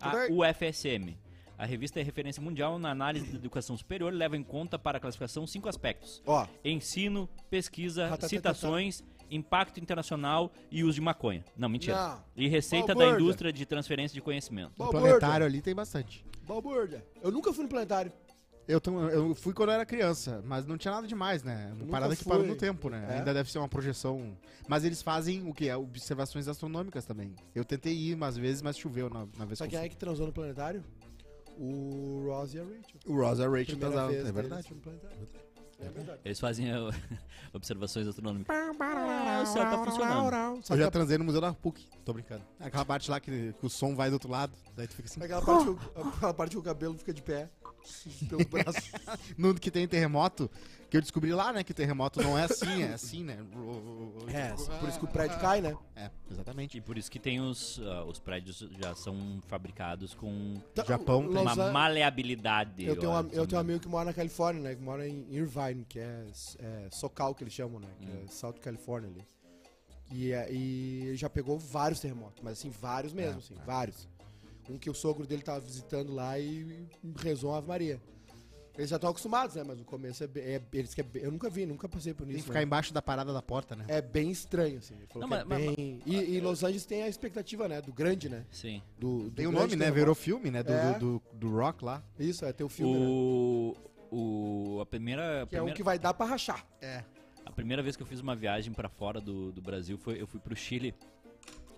a
Puc.
UFSM. A revista é referência mundial na análise da educação superior, e leva em conta para a classificação cinco aspectos:
Ó,
ensino, pesquisa,
Ratatatata.
citações, impacto internacional e uso de maconha. Não, mentira.
Não.
E receita da
Balbúrdia.
indústria de transferência de conhecimento.
O
Balbúrdia.
planetário ali tem bastante.
Balbúrdia. Eu nunca fui no planetário.
Eu, tam- eu fui quando eu era criança, mas não tinha nada demais, né? Uma
Nunca
parada que
fui.
parou no tempo, né?
É.
Ainda deve ser uma projeção. Mas eles fazem o quê? Observações astronômicas também. Eu tentei ir umas vezes, mas choveu na, na vez
Só
que
que
eu
é que transou no planetário? é O Ross e a Rachel.
fui. O Rosa Rachel
Primeira vez
tá
assim,
É
deles
verdade.
no planetário. É verdade.
Eles fazem eh, <laughs> observações astronômicas. Ah, o céu tá funcionando.
Só
Eu
que
já
a-
transei no Museu da PUC. Tô brincando. Aquela parte lá que, que o som vai do outro lado, daí tu fica assim. <laughs>
Aquela parte, que o- aquela parte que o cabelo fica de pé, pelo <laughs> braço.
No que tem terremoto, que eu descobri lá, né? Que terremoto não é assim, é assim, né?
É, por isso que o prédio cai, né?
É, exatamente.
E por isso que tem os, ah, os prédios já são fabricados com
Tá,
Japão
o-
tem
uma
Los An-
maleabilidade.
Eu tenho, um, am-
acho,
eu tenho um
né?
amigo que mora na Califórnia, né? Que mora em Irvine, que é, S- é Socal, que eles chamam, né? Que
Hum.
é South California ali. E, é- e ele já pegou vários terremotos, mas assim,
É,
vários mesmo, assim, vários. Um que o sogro dele tava visitando lá e rezou uma Ave Maria. Eles já estão acostumados, né? Mas no começo é, be- é- eles que é, be- eu nunca vi, nunca passei por
Tem que
isso.
ficar
né?
embaixo da parada da porta, né?
É bem estranho, assim. Ele falou
Não,
que é
mas- mas-
bem- e, e Los Angeles tem a expectativa, né? Do grande, né?
Sim.
Do, do
Tem o
grande
nome, né?
terremoto.
Virou filme, né? Do,
É.
do, do, do Rock lá.
Isso, é, tem o filme, né?
O, o, a, primeira, a,
um
Que é o
primeira,
que vai dar pra rachar.
É.
a primeira vez que eu fiz uma viagem pra fora do, do Brasil, foi, eu fui pro Chile.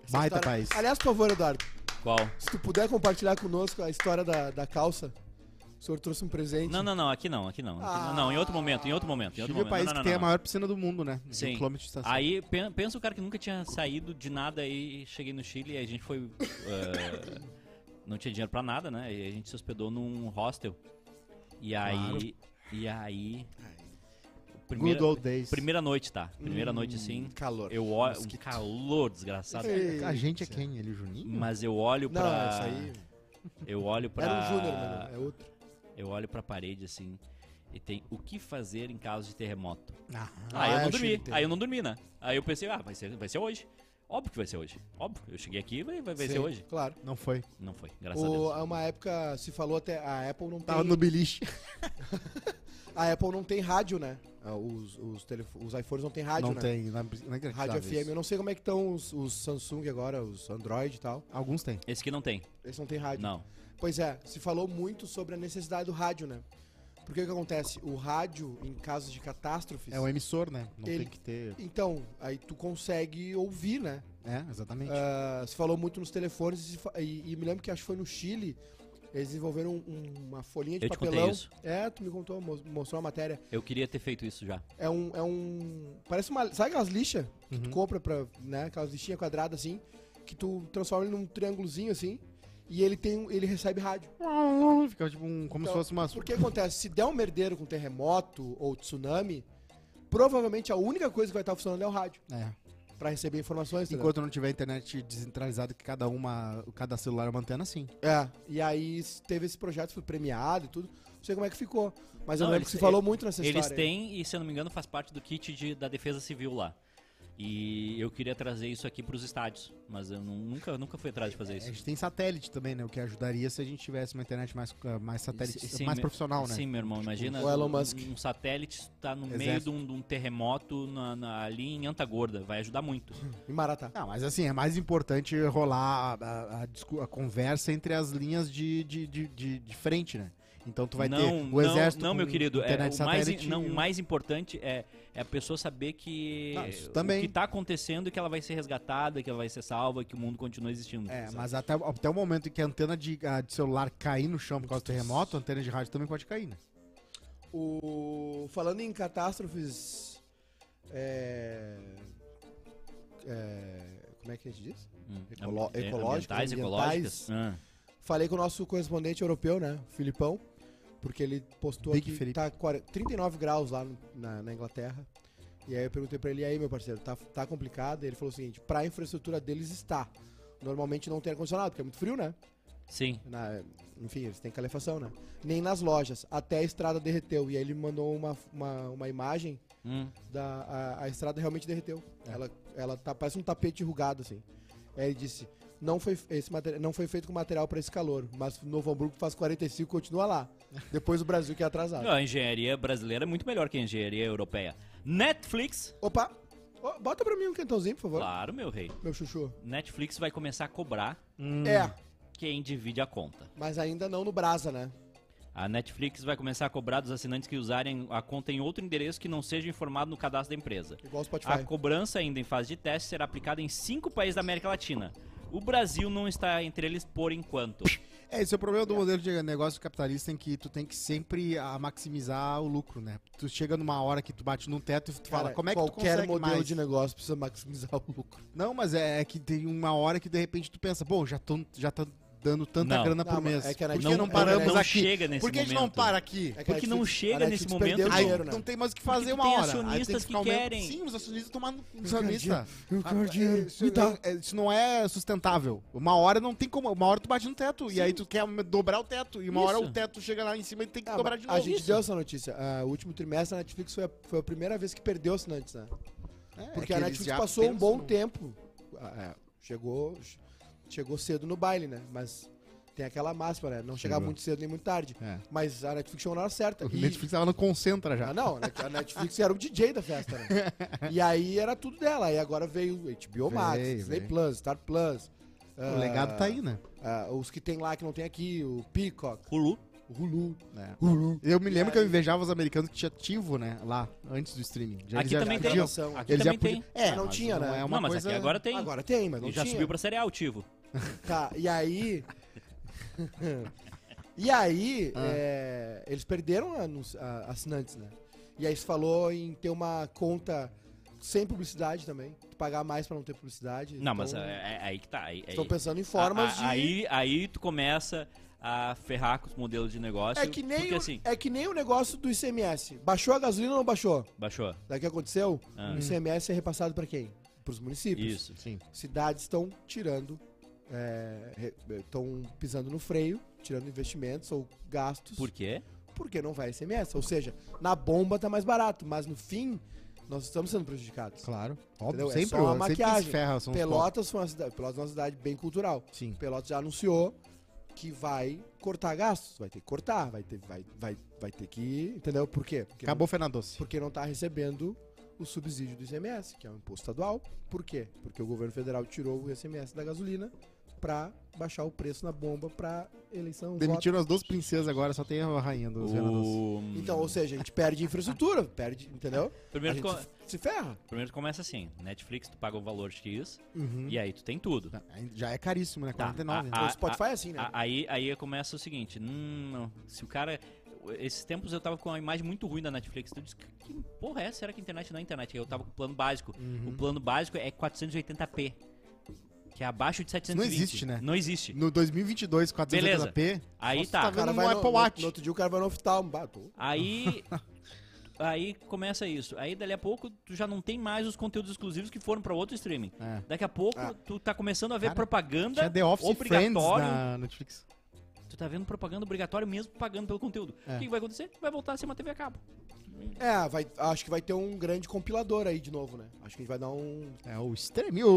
Essa
Baita
história-
país.
Aliás, por favor, Eduardo,
Qual?
se tu puder compartilhar conosco a história da, da calça, o senhor trouxe um presente.
Não, não, não, aqui não, aqui não. aqui não, não, em outro momento, em outro momento. Em outro
Chile é o
momento.
país
Não, não,
que tem
não,
a maior piscina do mundo, né? De
Sim.
Um quilômetro de distância.
Aí pen- pensa o cara que nunca tinha saído de nada e cheguei no Chile e a gente foi. eh, não tinha dinheiro pra nada, né? E a gente se hospedou num hostel. E aí.
Claro.
E aí.
Good
Primeira,
old days. Hum,
primeira noite, tá? Primeira noite assim.
Calor.
Eu olho. Um calor desgraçado.
Ei,
A gente é quem? Ele, o Juninho?
Mas eu olho
Não,
pra.
isso aí.
Eu olho pra.
Era um Júnior, mano. É outro.
Eu olho pra parede assim. E tem o que fazer em caso de terremoto.
Ah,
Aí eu
é,
não
o Chile
dormi.
tem.
Aí eu não dormi, né? Aí eu pensei, ah, vai ser, vai ser hoje. Óbvio que vai ser hoje. Óbvio. Eu cheguei aqui, vai, vai vai ser
Sim,
hoje.
Claro.
não foi.
Não foi, graças a
O,
Deus.
há uma época se falou até. A Apple não tem.
Tava no beliche.
A Apple não tem rádio, né? Ah, Os, os, telefo- os iPhones não tem rádio,
não é
né?
tem. Na, na na-
Rádio
talvez.
FM. Eu não sei como é que estão os, os Samsung agora, os Android e tal.
Alguns têm.
Esse aqui não tem.
Eles não têm rádio.
Não.
Pois é, se falou muito sobre a necessidade do rádio, né? Porque o que acontece? O rádio, em casos de catástrofes.
É o emissor, né? Não
Ele-
tem que ter.
Então, aí tu consegue ouvir, né?
É, exatamente.
Ah, se falou muito nos telefones e, fa- e- e me lembro que acho que foi no Chile. Eles desenvolveram um- um- uma folhinha de
Eu te contei
papelão.
isso.
É, tu me contou, mo- mostrou uma matéria.
Eu queria ter feito isso já.
É um. É um parece uma. Sabe aquelas lixas que tu compra pra. Né, aquelas lixinhas quadradas assim. Que tu transforma ele num triângulozinho assim. E ele tem um- ele recebe rádio.
Fica tipo um. Como
Então,
se fosse uma.
Porque acontece, se der um merdeiro com terremoto ou tsunami, provavelmente a única coisa que vai estar funcionando é o rádio.
É.
Pra receber informações. entendeu?
Enquanto não tiver internet descentralizada, que cada uma. Cada celular é uma antena, sim.
É, e aí s- teve esse projeto, foi premiado e tudo. Não sei como é que ficou. Mas eu
Não,
lembro
eles-
que se falou muito nessa
Eles
história. aí.
têm, e se eu não me engano, faz parte do kit de- da Defesa Civil lá. E eu queria trazer isso aqui pros estádios, mas eu nu- nunca, nunca fui atrás de
É,
fazer
A
isso.
gente tem satélite também, né? O que ajudaria se a gente tivesse uma internet mais, mais satélite,
Sim,
mais
me-
profissional, né?
Sim, meu irmão, imagina
o Elon
um-
Musk.
um satélite está no meio
Exército.
de um, de um terremoto na- na- ali em Antagorda, vai ajudar muito.
Em Maratá.
Não, mas assim, é mais importante rolar a, a- a discu- a conversa entre as linhas de, de, de, de- de frente, né? Então <laughs> tu vai
não,
ter
não,
o exército.
não, meu
com
querido, é,
internet
o, mais,
satélite
in- não,
e um-
o mais importante é, é a pessoa saber que
Ah, isso
o
também.
que está acontecendo e que ela vai ser resgatada, que ela vai ser salva, que o mundo continua existindo.
É,
sabe?
mas até, até o momento em que a antena de, a de celular cair no chão por causa do terremoto, a antena de rádio também pode cair, né?
O... Falando em catástrofes. É... é, Como é que a gente diz?
Hum,
ecolo-
ambi-
ecológicas,
ambientais, Ah, ecológicas.
ambientais. Falei com o nosso correspondente europeu, né? o Filipão. Porque ele postou
Big
aqui que
Felipe.
tá 40 39 graus lá no- na, na Inglaterra. E aí eu perguntei pra ele, e aí meu parceiro, tá, tá complicado? E ele falou o seguinte, pra infraestrutura deles está. Normalmente não tem ar-condicionado, porque é muito frio, né?
Ah, sim.
Na- enfim, eles têm calefação, né? Nem nas lojas. Até a estrada derreteu. E aí ele mandou uma, uma, uma imagem
Hum.
da. A, a estrada realmente derreteu.
É.
Ela, ela tá, parece um tapete enrugado, assim. Aí ele disse: não foi, esse material, não foi feito com material para esse calor, mas Novo Hamburgo faz 45 continua lá. Depois o Brasil que é
Ah.
atrasado.
Não, A engenharia brasileira é muito melhor que a engenharia europeia. Netflix,
Opa! Ô, bota pra mim um quentãozinho, por favor.
claro, meu rei.
Meu chuchu.
Netflix vai começar a cobrar
Hum.
É,
quem divide a conta.
mas ainda não no Brasa, né?
A Netflix vai começar a cobrar dos assinantes que usarem a conta em outro endereço que não seja informado no cadastro da empresa.
Igual o Spotify.
A cobrança, ainda em fase de teste, será aplicada em cinco países da América Latina. O Brasil não está entre eles por enquanto.
É, esse é o problema do modelo de negócio capitalista em que tu tem que sempre ah, maximizar o lucro, né? Tu chega numa hora que tu bate num teto e tu
Cara,
fala, como é que tu
qualquer
consegue
modelo
mais?
de negócio precisa maximizar o lucro.
Não, mas é, é que tem uma hora que de repente tu pensa, bom, já, tô, já tá dando tanta
Não.
grana
Não,
por
mas
mês.
é que a
Por que
Netflix-
não
é,
paramos
não
aqui?
chega nesse
Por que a gente não
momento?
para aqui?
É que a
Porque não
Netflix- a
chega nesse
Netflix
momento.
perdeu
Aí
dinheiro, né?
não tem mais o que fazer uma
tem
hora.
acionistas
Aí tem
que
ficar aumentando.
querem.
Sim, os acionistas estão malucos.
quero dinheiro,
Acionista.
eu quero
Ah,
dinheiro,
Isso,
me dá.
é- isso não é sustentável. Uma hora não tem como. Uma hora tu bate no teto. E aí tu quer dobrar o teto. E uma
Isso.
hora o teto chega lá em cima e tem que
Ah,
dobrar
mas
de novo.
A gente deu essa notícia. Ah, o último trimestre a Netflix foi a, foi a primeira vez que perdeu assinantes, né?
É,
Porque
é
a
que
Netflix
eles já
passou um
pensam
bom
no-
tempo. Ah, é, chegou, chegou cedo no baile, né? Mas tem aquela máxima, né? Não chegar
Chegou.
muito cedo nem muito tarde.
É.
Mas a Netflix chegou na hora certa.
<laughs> O
E-
Netflix tava no concentra já.
Ah, não. A Netflix era o DJ da festa, né? E aí era tudo dela. E agora veio HBO Max,
Veio,
Disney
veio.
Plus, Star Plus. Ah,
o legado tá aí, né?
os que tem lá que não tem aqui, o Peacock,
Hulu.
o Hulu.
É. Eu me lembro
E
que eu
aí?
invejava os americanos que tinha ativo, né? Lá, antes do streaming. Já-
Aqui
eles já-
também
já
tem.
podiam-
Gravação.
Aqui
Eles já
também
podiam.
tem. Ah,
É,
Mas não
mas
tinha, né?
É uma
não, mas
coisa...
aqui agora tem.
Agora tem, mas não
E já
tinha.
subiu pra Serial, Tivo.
Tá, e aí. e aí,
Ah.
é, eles perderam anun- a- assinantes, né? E aí se falou em ter uma conta sem publicidade também. Tu pagar mais pra não ter publicidade.
Não, mas é,
Então,
é- é aí que tá. Aí,
Estão
aí-
pensando em formas
a-
de.
a- aí, aí tu começa a ferrar com os modelos de negócio.
é, que nem
Porque
o,
assim,
é que nem o negócio do ICMS. Baixou a gasolina ou não baixou?
baixou.
Daí o que aconteceu?
Ah.
O ICMS é repassado pra quem? Pros municípios.
é Isso.
Sim.
cidades estão tirando, é, re- estão pisando no freio, tirando investimentos ou gastos,
Por quê?
porque não vai SMS. Ou seja, na bomba tá mais barato, mas no fim nós estamos sendo prejudicados.
Claro.
Entendeu?
Óbvio,
É
sempre,
só uma
sempre
maquiagem.
se ferra, são os
Pelotas foi uma cidade, Pelotas é uma cidade bem cultural.
pobres. Sim.
Pelotas já anunciou que vai cortar gastos, vai ter que cortar, vai ter, vai, vai, vai ter que, entendeu? Por quê? Porque
Acabou Fernandoce.
porque não está recebendo o subsídio do ICMS, que é um imposto estadual. Por quê? Porque o governo federal tirou o ICMS da gasolina pra baixar o preço na bomba pra eleição.
Demitiram as duas princesas agora, só tem a rainha dos vereadores.
O...
voto. Então, ou seja, a gente perde infraestrutura, perde, entendeu?
Primeiro
Então, a gente
co-
se- se ferra.
Primeiro tu começa assim, Netflix, tu paga o valor X,
Uhum.
e aí tu tem tudo.
Tá, ainda- Já é caríssimo, né?
Tá,
49,
a-
né?
o Spotify é assim, né?
A- Aí, aí começa o seguinte, hum, não, se o cara... Esses tempos eu tava com uma imagem muito ruim da Netflix. Eu disse, que que porra é essa? Será que a internet não é internet? Eu tava com o plano básico.
Uhum.
O plano básico é 480p, que é abaixo de 720.
existe, né?
Não existe.
No 2022, 480p...
Aí
nossa,
tá.
tá
O
vendo
cara
no
vai no,
Apple
no-
Watch.
no outro dia o cara vai no oftalmo. Bah, tô-
<laughs>
Aí. aí começa isso. Aí dali a pouco tu já não tem mais os conteúdos exclusivos que foram pra outro streaming.
É.
Daqui a pouco
Ah.
tu tá começando a ver
Cara,
propaganda
Tinha The Office e Friends
obrigatório.
na Netflix.
Tu tá vendo propaganda obrigatório mesmo pagando pelo conteúdo.
É.
O que, que vai acontecer? Vai voltar a ser uma TV a cabo.
É, vai, acho que vai ter um grande compilador aí de novo, né? Acho que a gente vai dar um.
É o Extremio.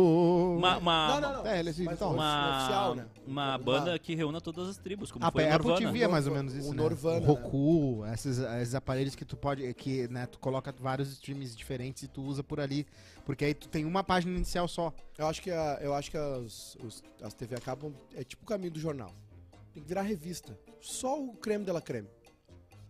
Uma, uma,
não, não, não.
É, eles-
Mas um
então,
Ah, uma-
oficial, né?
uma banda que reúna todas as tribos, como
A
foi o
Apple
Nirvana.
TV é mais ou
Nor-
menos isso,
o
né?
Norvana,
o Roku, esses, esses aparelhos que tu pode, que né, tu coloca vários streams diferentes e tu usa por ali, porque aí tu tem uma página inicial só.
Eu acho que, a- eu acho que as, os- as TV acabam. É tipo o caminho do jornal. Tem que virar revista. Só o creme dela creme.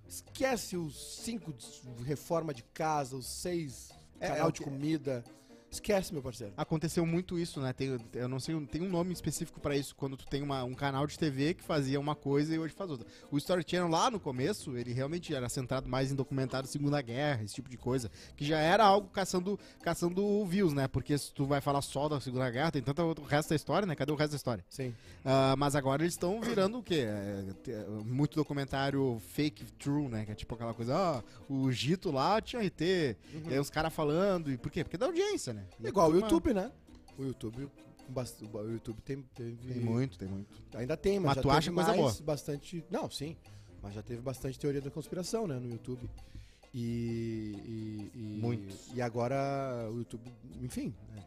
Esquece os cinco de- reforma de casa, os seis
É,
canal
é o
de
que-
comida. Esquece, meu parceiro.
Aconteceu muito isso, né? Tem, eu não sei, tem um nome específico pra isso quando tu tem uma, um canal de TV que fazia uma coisa e hoje faz outra. O Story Channel lá no começo, ele realmente era centrado mais em documentário Segunda Guerra, esse tipo de coisa, que já era algo caçando, caçando views, né? Porque se tu vai falar só da Segunda Guerra, tem tanto o resto da história, né? Cadê o resto da história?
Sim.
Ah, mas agora eles estão virando o quê? É, te- muito documentário fake true, né? Que é tipo aquela coisa, ó, o Gito lá tinha RT, e aí os caras falando, e por quê? Porque dá audiência, né? E
Uhum. Igual
a
o
turma-
YouTube, né? O YouTube. bast- O YouTube tem, teve-
Tem muito, tem muito.
Ainda tem, mas,
Mas
já
tu
teve
acha coisa
mais
boa?
bastante. Não, sim. Mas já teve bastante teoria da conspiração, né, no YouTube. E. e, e
Muitos.
E agora o YouTube, enfim, né,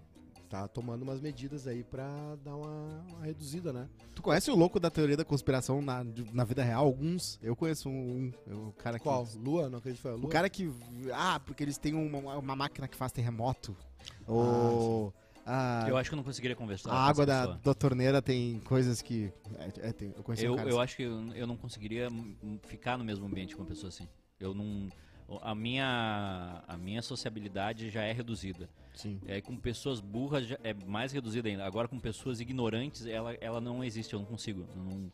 tá tomando umas medidas aí pra dar uma, uma reduzida, né?
Tu conhece o louco da teoria da conspiração na, de- na vida real? Alguns? Eu conheço um, um o cara que...
Qual? Lua? Não acredito que foi a Lua.
O cara que... Ah, porque eles têm uma, uma máquina que faz terremoto.
Ah,
Ou... a-
Eu acho que eu não conseguiria conversar.
né? a água
com essa
da,
pessoa.
da torneira tem coisas que... é, é, tem- eu conheci um
Eu,
cara
eu
assim.
acho que eu, eu não conseguiria hum, ficar no mesmo ambiente com uma pessoa assim. Eu não. A minha, a minha sociabilidade já é reduzida.
assim. Sim.
É, com pessoas burras já é mais reduzida ainda. Agora, com pessoas ignorantes, ela, ela não existe, eu não consigo. Eu não-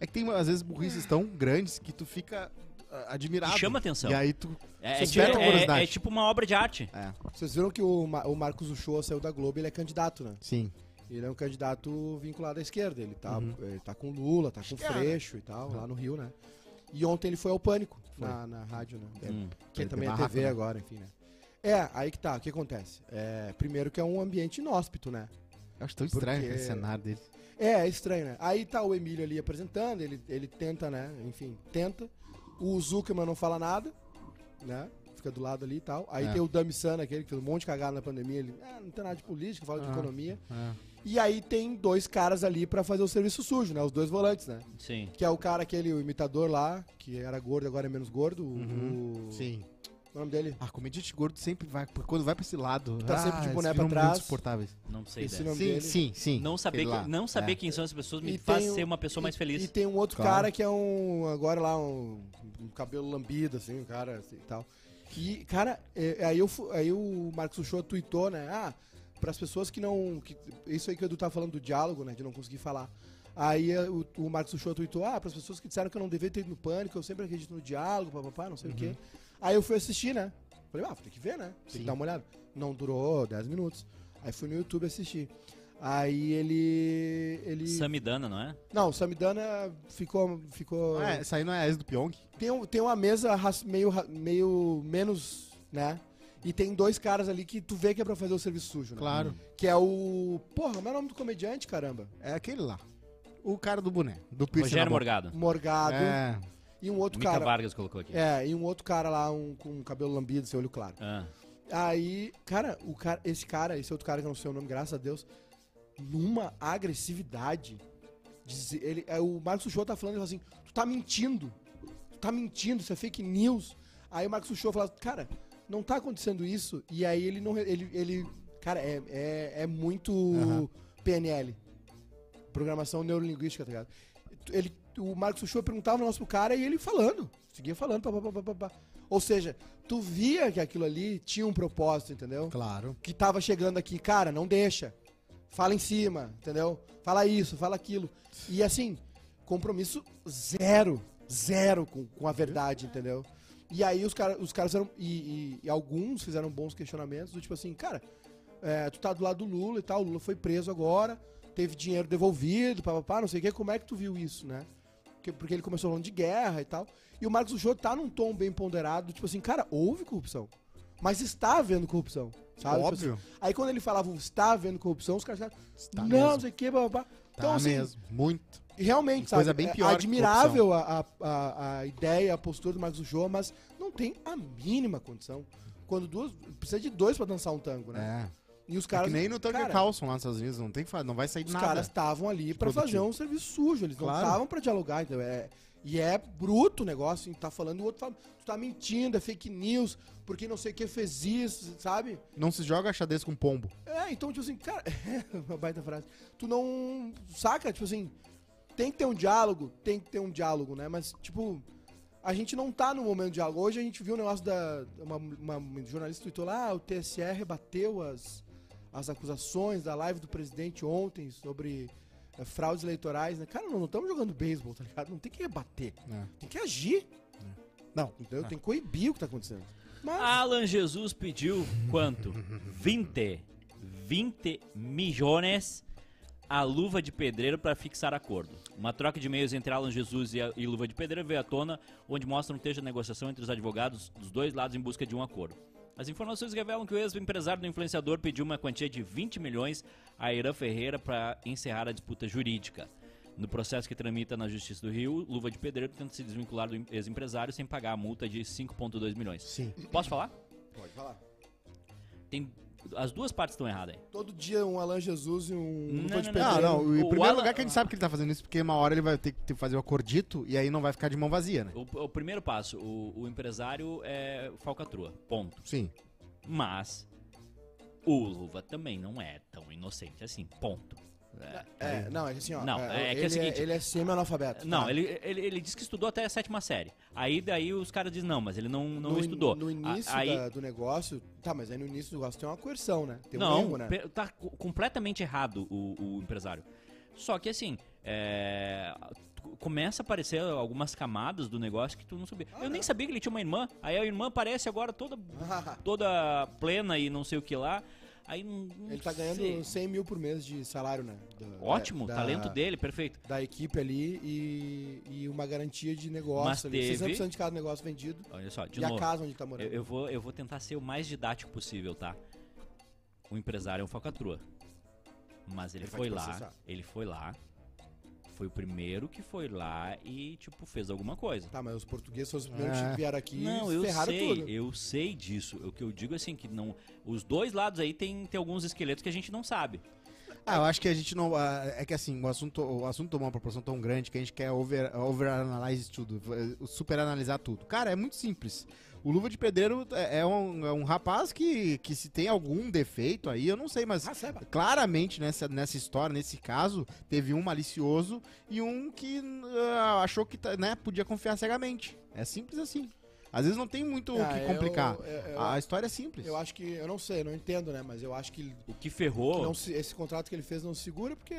É que tem, às vezes, burrices tão grandes que tu fica ah, admirado.
E chama atenção.
E aí tu...
É, é,
Desperta
tipo-
a
é-
curiosidade.
é tipo uma obra de arte.
Vocês viram que o, Ma- o Marcos Uchoa saiu da Globo ele é candidato, né?
Sim.
Ele é um candidato vinculado à esquerda. Ele tá,
Uhum.
ele tá com Lula, tá com
Esquerda.
Freixo e tal,
Uhum.
lá no Rio, né? E ontem ele foi ao Pânico na, na rádio, né? É,
Hum.
Que
Uhum. Ele
também é
deu barraco,
TV
né?
agora, enfim, né? É, aí que tá, o que acontece? É, primeiro que é um ambiente inóspito, né?
Eu acho tão estranho
Porque-
aquele cenário dele.
É, é estranho, né? Aí tá o Emílio ali apresentando, ele, ele tenta, né? Enfim, tenta. O Zuckerman não fala nada, né? Fica do lado ali e tal. Aí
É.
tem o Dami Sana, aquele que fez um monte de cagada na pandemia, ele ah, não tem nada de política, fala de
Ah.
economia.
Ah.
E aí tem dois caras ali pra fazer o serviço sujo, né? Os dois volantes, né?
Sim.
Que é o cara, aquele o imitador lá, que era gordo, agora é menos gordo. o- o...
Uhum. Sim.
O nome dele?
Ah, comediante gordo sempre vai... porque Quando vai pra esse lado...
Tá
ah,
sempre de
eles
boné pra
viram
trás.
muito insuportáveis.
Não sei
Esse
dessa.
nome
Sim,
dele.
sim, sim.
Não saber,
Aquele lá.
que, não saber
É.
quem são as pessoas me
E
faz
tem um-
ser uma pessoa mais feliz.
E tem um outro
Claro.
cara que é um, agora lá, um, um cabelo lambido, assim, um cara assim, e tal. E, cara, é, aí, eu, fu- aí o Marcos Uchoa tweetou, né? Ah, pras pessoas que não... Que, isso aí que o Edu tá falando do diálogo, né? De não conseguir falar. Aí eh, o, o Marcos Uchoa tweetou, ah, pras pessoas que disseram que eu não devia ter ido no pânico, eu sempre acredito no diálogo, papapá, não sei o quê. Aí eu fui assistir, né? Falei, ah, vou ter que ver, né? Tem que
Uhum. Sim.
dar uma olhada. Não durou 10 minutos. Aí fui no YouTube assistir. Aí ele... ele
Samidana, não é?
não, o Samidana ficou. ficou
Ah, essa aí não é a ex do Pyong?
tem, um- tem uma mesa ra- meio, ra- meio menos, né? E tem dois caras ali que tu vê que é pra fazer o serviço sujo, né?
Claro.
Que é o. Porra, mas é o nome do comediante, caramba.
Hum. É aquele lá. O cara do boné. Do piercing
Rogério
na boca.
Morgado.
Morgado.
É.
E um outro
Mica
cara.
Vargas colocou aqui.
É, e um outro cara lá um, com cabelo lambido, sem olho claro.
Ah.
Aí, cara, o cara, esse cara, esse outro cara que eu não sei o nome, graças a Deus, numa agressividade. dizer- ele, é, o Marcos Show tá falando ele fala assim: tu tá mentindo, tu tá mentindo, isso é fake news. Aí o Marcos Show fala, cara, não tá acontecendo isso. E aí ele não. re- Ele, ele cara, é, é, é muito
Aham.
PNL. Programação neurolinguística, tá ligado? Ele, o Marcos Uchoa perguntava o negócio pro cara e ele falando. Seguia falando, pá, pá, pá, pá, pá, pá. Ou seja, tu via que aquilo ali tinha um propósito, entendeu?
Claro.
que tava chegando aqui, cara, não deixa. Fala em cima, entendeu? Fala isso, fala aquilo. E assim, compromisso zero, zero com, com a verdade, entendeu? E aí os, cara, os caras eram. E, e- e alguns fizeram bons questionamentos, do tipo assim, cara, é, tu tá do lado do Lula e tal, o Lula foi preso agora, teve dinheiro devolvido, papapá, não sei o quê, como é que tu viu isso, né? Porque, porque ele começou falando de guerra e tal. E o Marcos Uchoa tá num tom bem ponderado, tipo assim, cara, houve corrupção. Mas está havendo corrupção. Sabe? Tipo
Óbvio.
assim, aí quando ele falava, está havendo corrupção, os caras falaram,
Está
não,
Tá mesmo.
não sei o que, blá, blá, blá. Então,
tá
assim,
mesmo. Muito.
realmente,
Coisa
sabe,
bem
é
pior que
admirável a, a, a, a ideia, a postura do Marcos Uchoa, mas não tem a mínima condição. Quando duas. Precisa de dois pra dançar um tango, né?
É.
E os
É
caras.
que nem no Tucker
cara,
Carlson lá nos Estados Unidos, não, tem, fa- não vai sair
Os
nada.
caras estavam ali pra fazer
produtivo.
um serviço sujo, eles não
Claro.
estavam pra dialogar, então é. E é bruto o negócio, assim, tá falando, o outro fala, tu tá mentindo, é fake news, porque não sei o que fez isso, sabe?
Não se joga xadrez com pombo.
É, então, tipo assim, cara, <laughs> é uma baita frase. Tu não. Saca? Tipo assim, tem que ter um diálogo, tem que ter um diálogo, né? Mas, tipo, a gente não tá no momento de diálogo. Hoje a gente viu um negócio da. Uma, uma jornalista tweetou lá, ah, o TSE rebateu as, as acusações da live do presidente ontem sobre eh, fraudes eleitorais, né? Cara, não estamos jogando beisebol, tá ligado? Não tem que rebater.
É.
Tem que agir.
Não.
Entendeu? Tem que coibir o que tá acontecendo. Mas.
Alan Jesus pediu quanto? 20. 20 milhões a luva de pedreiro para fixar acordo. Uma troca de e-mails entre Alan Jesus e, a- e Luva de Pedreiro veio à tona, onde mostram ter negociação entre os advogados dos dois lados em busca de um acordo. As informações revelam que o ex-empresário do influenciador pediu uma quantia de 20 milhões a Irã Ferreira para encerrar a disputa jurídica. No processo que tramita na Justiça do Rio, Luva de Pedreiro tenta se desvincular do ex-empresário sem pagar a multa de 5,2 milhões.
Sim.
Posso falar?
Pode falar.
Tem... As duas partes estão erradas aí.
Todo dia um Alan Jesus e um
Não,
Luva de
não,
Pedreiro.
Não, não.
O
Em primeiro
Alan-
lugar que a gente sabe que ele tá fazendo isso, porque uma hora ele vai ter que ter- fazer o acordito e aí não vai ficar de mão vazia, né?
O, o primeiro passo, o, o empresário é falcatrua, ponto.
Sim.
Mas o Luva também não é tão inocente assim, ponto. É.
É, não, é que assim, ó.
Não, é que é o
ele
seguinte-
ele é semi-analfabeto.
Não,
tá?
ele, ele, ele disse que estudou até a sétima série. Aí daí os caras dizem, não, mas ele não, não
no, in-
estudou.
No
A-
início
aí,
da- do negócio. Tá, mas aí no início do negócio tem uma coerção, né? Tem um
não,
erro, né?
pe- tá co- completamente errado o, o empresário. Só que assim, é, tu- começa a aparecer algumas camadas do negócio que tu não sabia. Eu nem sabia que ele tinha uma irmã. Aí a irmã aparece agora toda, toda plena e não sei o que lá. Aí não- não
<laughs> ele tá ganhando
sei.
100 mil por mês de salário, né? Da-
Ótimo,
da-
talento dele, perfeito.
Da equipe ali e, e uma garantia de negócio
Mas
ali.
teve-
60% de cada negócio vendido.
Olha só, de
e
novo.
a casa onde ele tá morando.
Eu, eu vou, eu vou tentar ser o mais didático possível, tá? O empresário é um falcatrua. Mas ele,
Ele vai
foi
te
lá,
processar.
ele foi lá, foi o primeiro que foi lá e, tipo, fez alguma coisa.
Tá, mas os portugueses foram os primeiros
É.
que vieram aqui
Não,
e
eu
ferraram
sei,
tudo.
eu sei disso. O que eu digo assim, que não. Os dois lados aí tem, tem alguns esqueletos que a gente não sabe.
Ah, eu acho que a gente não. ah, É que assim, o assunto, o assunto tomou uma proporção tão grande que a gente quer over, overanalyze tudo, eh, superanalisar tudo. Cara, é muito simples. O Luva de Pedreiro é é um, é um rapaz que, que se tem algum defeito aí, eu não sei, mas
Ah, saiba.
claramente nessa, nessa história, nesse caso, teve um malicioso e um que ah, achou que tá- né, podia confiar cegamente. É simples assim. Às vezes não tem muito o
Ah,
que
eu-
complicar.
eu- eu-
a história é simples.
Eu acho que. Eu não sei, eu não entendo, né? Mas eu acho que
O que ferrou.
Não se- esse contrato que ele fez não segura porque.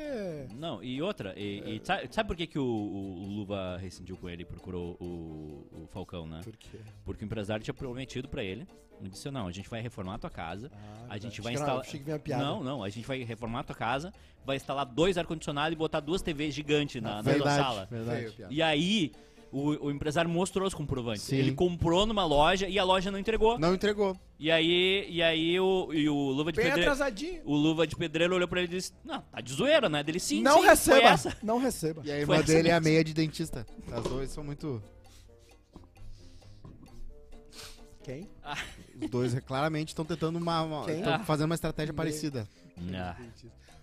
Não, e outra, e, e sabe, sabe por que, que o, o- o Luva rescindiu com ele e procurou o, o Falcão, né?
Porque.
Porque o empresário tinha prometido pra ele, ele disse, não, a gente vai reformar a tua casa, a gente vai instalar...
Achei Ah, que vinha piada.
Não, não, a gente vai reformar a tua casa, vai instalar dois ar-condicionado e botar duas TVs gigantes na, na tua
Ah, verdade,
sala.
verdade.
E aí, o, o empresário mostrou os comprovantes.
Sim.
Ele comprou numa loja e a loja não entregou.
Não entregou.
E aí, e aí o, e o Luva de
Bem
Pedreiro...
atrasadinho.
O Luva de Pedreiro olhou pra ele e disse, não, tá de zoeira, né? Dele, sim,
não
sim, foi
receba.
essa.
Não receba.
E a
Foi assim.
irmã
essa
dele é a
mesmo.
meia de dentista. As duas são muito.
Quem?
Os dois é, claramente estão tentando uma. uma
Quem?
tão fazendo uma estratégia parecida.
Ah.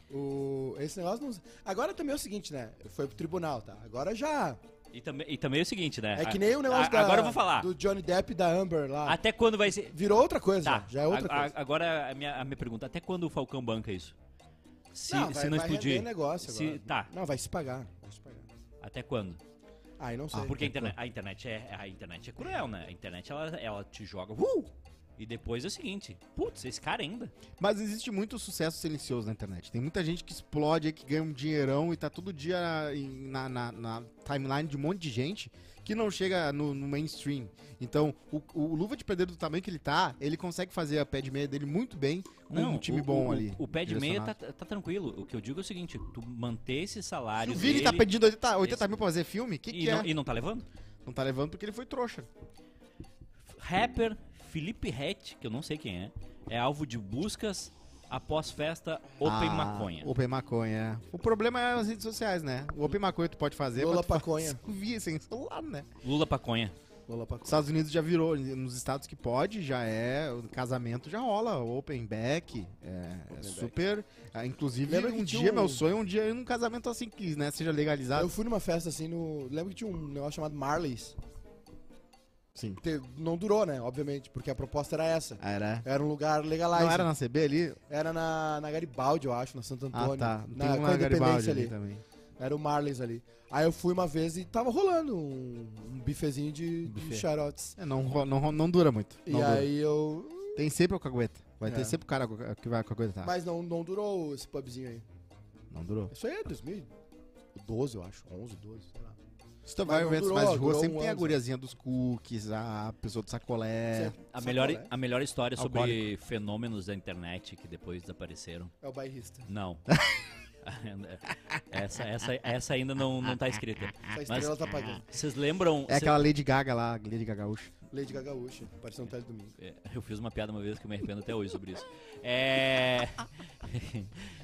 O, esse negócio não. Agora também é o seguinte, né? Foi pro tribunal, tá? Agora já.
E também, e também é o seguinte, né?
É que nem o negócio
A-
da,
Agora eu vou falar.
do Johnny Depp e da Amber lá.
Até quando vai ser.
Virou outra coisa,
Tá,
já, já é outra
a- a-
coisa.
agora a minha, a minha pergunta: até quando o Falcão banca isso? Se não, se não
vai
explodir.
render negócio
se-
agora.
tá.
Não, vai se pagar. Vai se pagar.
Até quando? Ah,
Aí não sei. né?
Porque a internet, a internet é a internet é cruel, né? A internet ela, ela te joga. Uh! E depois é o seguinte, putz, esse cara ainda.
Mas existe muito sucesso silencioso na internet. Tem muita gente que explode aí, que ganha um dinheirão e tá todo dia em- na, na- na timeline de um monte de gente que não chega no, no mainstream. Então, o, o Luva de Pedreiro do tamanho que ele tá, ele consegue fazer a pé de meia dele muito bem com um time
o-
bom
o-
ali.
O pé de meia tá,
direcionado.
tá tranquilo. O que eu digo é o seguinte, tu manter esse salário
O Vini
dele,
tá pedindo 80, 80
Esse-
mil pra fazer filme? Que
e,
que
não,
é?
e não tá levando?
Não tá levando porque ele foi trouxa.
Rapper Felipe Rett, que eu não sei quem é, é alvo de buscas após festa Open
Ah,
Maconha.
Open maconha. O problema é as redes sociais, né? O open maconha tu pode fazer.
Lola
mas tu faz
paconha.
via sem celular, né?
Lula Paconha.
Lola Pacola.
Os Estados Unidos já virou, nos estados que pode, já é, o casamento já rola, open back, é, é super, ah, inclusive
Lembra que
um
tinha
dia,
um-
meu sonho é um dia ir num casamento assim que, né, seja legalizado.
Eu fui numa festa assim no. Lembro que tinha um negócio chamado Marley's.
Sim.
Te- Não durou, né? Obviamente, porque a proposta era essa.
Ah, era?
Era um lugar legalized.
Não era na CB ali?
Era na, na Garibaldi, eu acho, na Santo Antônio.
Ah, tá. Tem
Na, com a
uma Garibaldi
Independência
ali tá.
ali.
também.
Era o Marley's ali. Aí eu fui uma vez e tava rolando um, um bifezinho de, de
Buffet.
charotes.
É, não, ro- não, ro- não dura muito.
E
não dura.
aí eu.
Tem sempre o cagueta. Vai
É.
ter sempre o cara que vai caguetar.
Mas não, não durou esse pubzinho aí.
Não durou.
Isso aí é 2012, eu acho. 11, 12, sei lá.
Se tu
Mas
vai em
não
eventos
durou,
mais de rua,
durou
sempre
um
tem a
ano,
guriazinha dos cookies, a pessoa do sacolé.
Você-
A
sabe
melhor,
qual é?
a melhor história sobre fenômenos da internet que depois desapareceram.
É o bairrista.
Não. essa, essa, essa ainda não, não tá escrita.
Essa estrela
é.
tá pagando.
Vocês lembram.
É
cê-
aquela Lady Gaga lá, Lady Gagaúcha.
Lady Gagaúcha, apareceu no Tele Domingo.
é, Eu fiz uma piada uma vez que eu me arrependo até hoje sobre isso. É.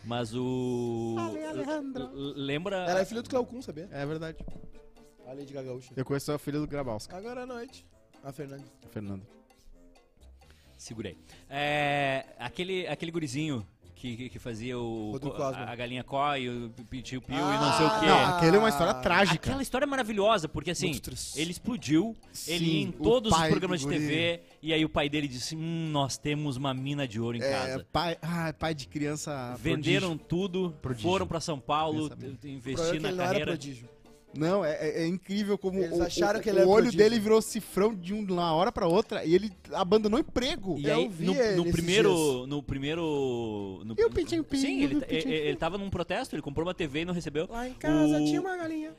Mas o. L- Lembra.
Ela é filha do Cleocum, sabia?
É verdade.
A Lady Gagaúcha.
Eu conheço a filha do Grabowska,
Agora à noite. A Fernanda.
a Fernanda.
Segurei. É, aquele, aquele gurizinho que, que- que fazia o,
Rodrigo
a,
Cosma.
a galinha có e o Pitiu Piu e não
Ah,
sei o quê.
Não, aquele é uma história
Ah,
trágica.
Aquela história é maravilhosa, porque assim,
Muito triste.
ele explodiu,
Sim,
ele ia em
o
todos os
pai do
programas de
guri.
TV, e aí o pai dele disse: Hum, nós temos uma mina de ouro em
É,
casa.
pai, ah, pai de criança.
Venderam tudo,
Prodígio.
foram pra São Paulo,
Pensamento.
t-
O problema
investir
é que
na
ele não era
carreira.
prodígio.
prodígio. Não, é, é- é incrível como
Eles
o,
acharam
o-
que ele era
o olho
prodígio.
dele virou cifrão de um- de uma hora pra outra e ele abandonou o emprego.
E
Eu
aí,
vi
no, no
ele esses
primeiro. No primeiro. No,
E o Pintinho Pim,
Sim,
e o
ele, ta-
Pintinho
ele-
Pim.
ele tava num protesto, ele comprou uma TV e não recebeu.
Lá em
O-
galinha.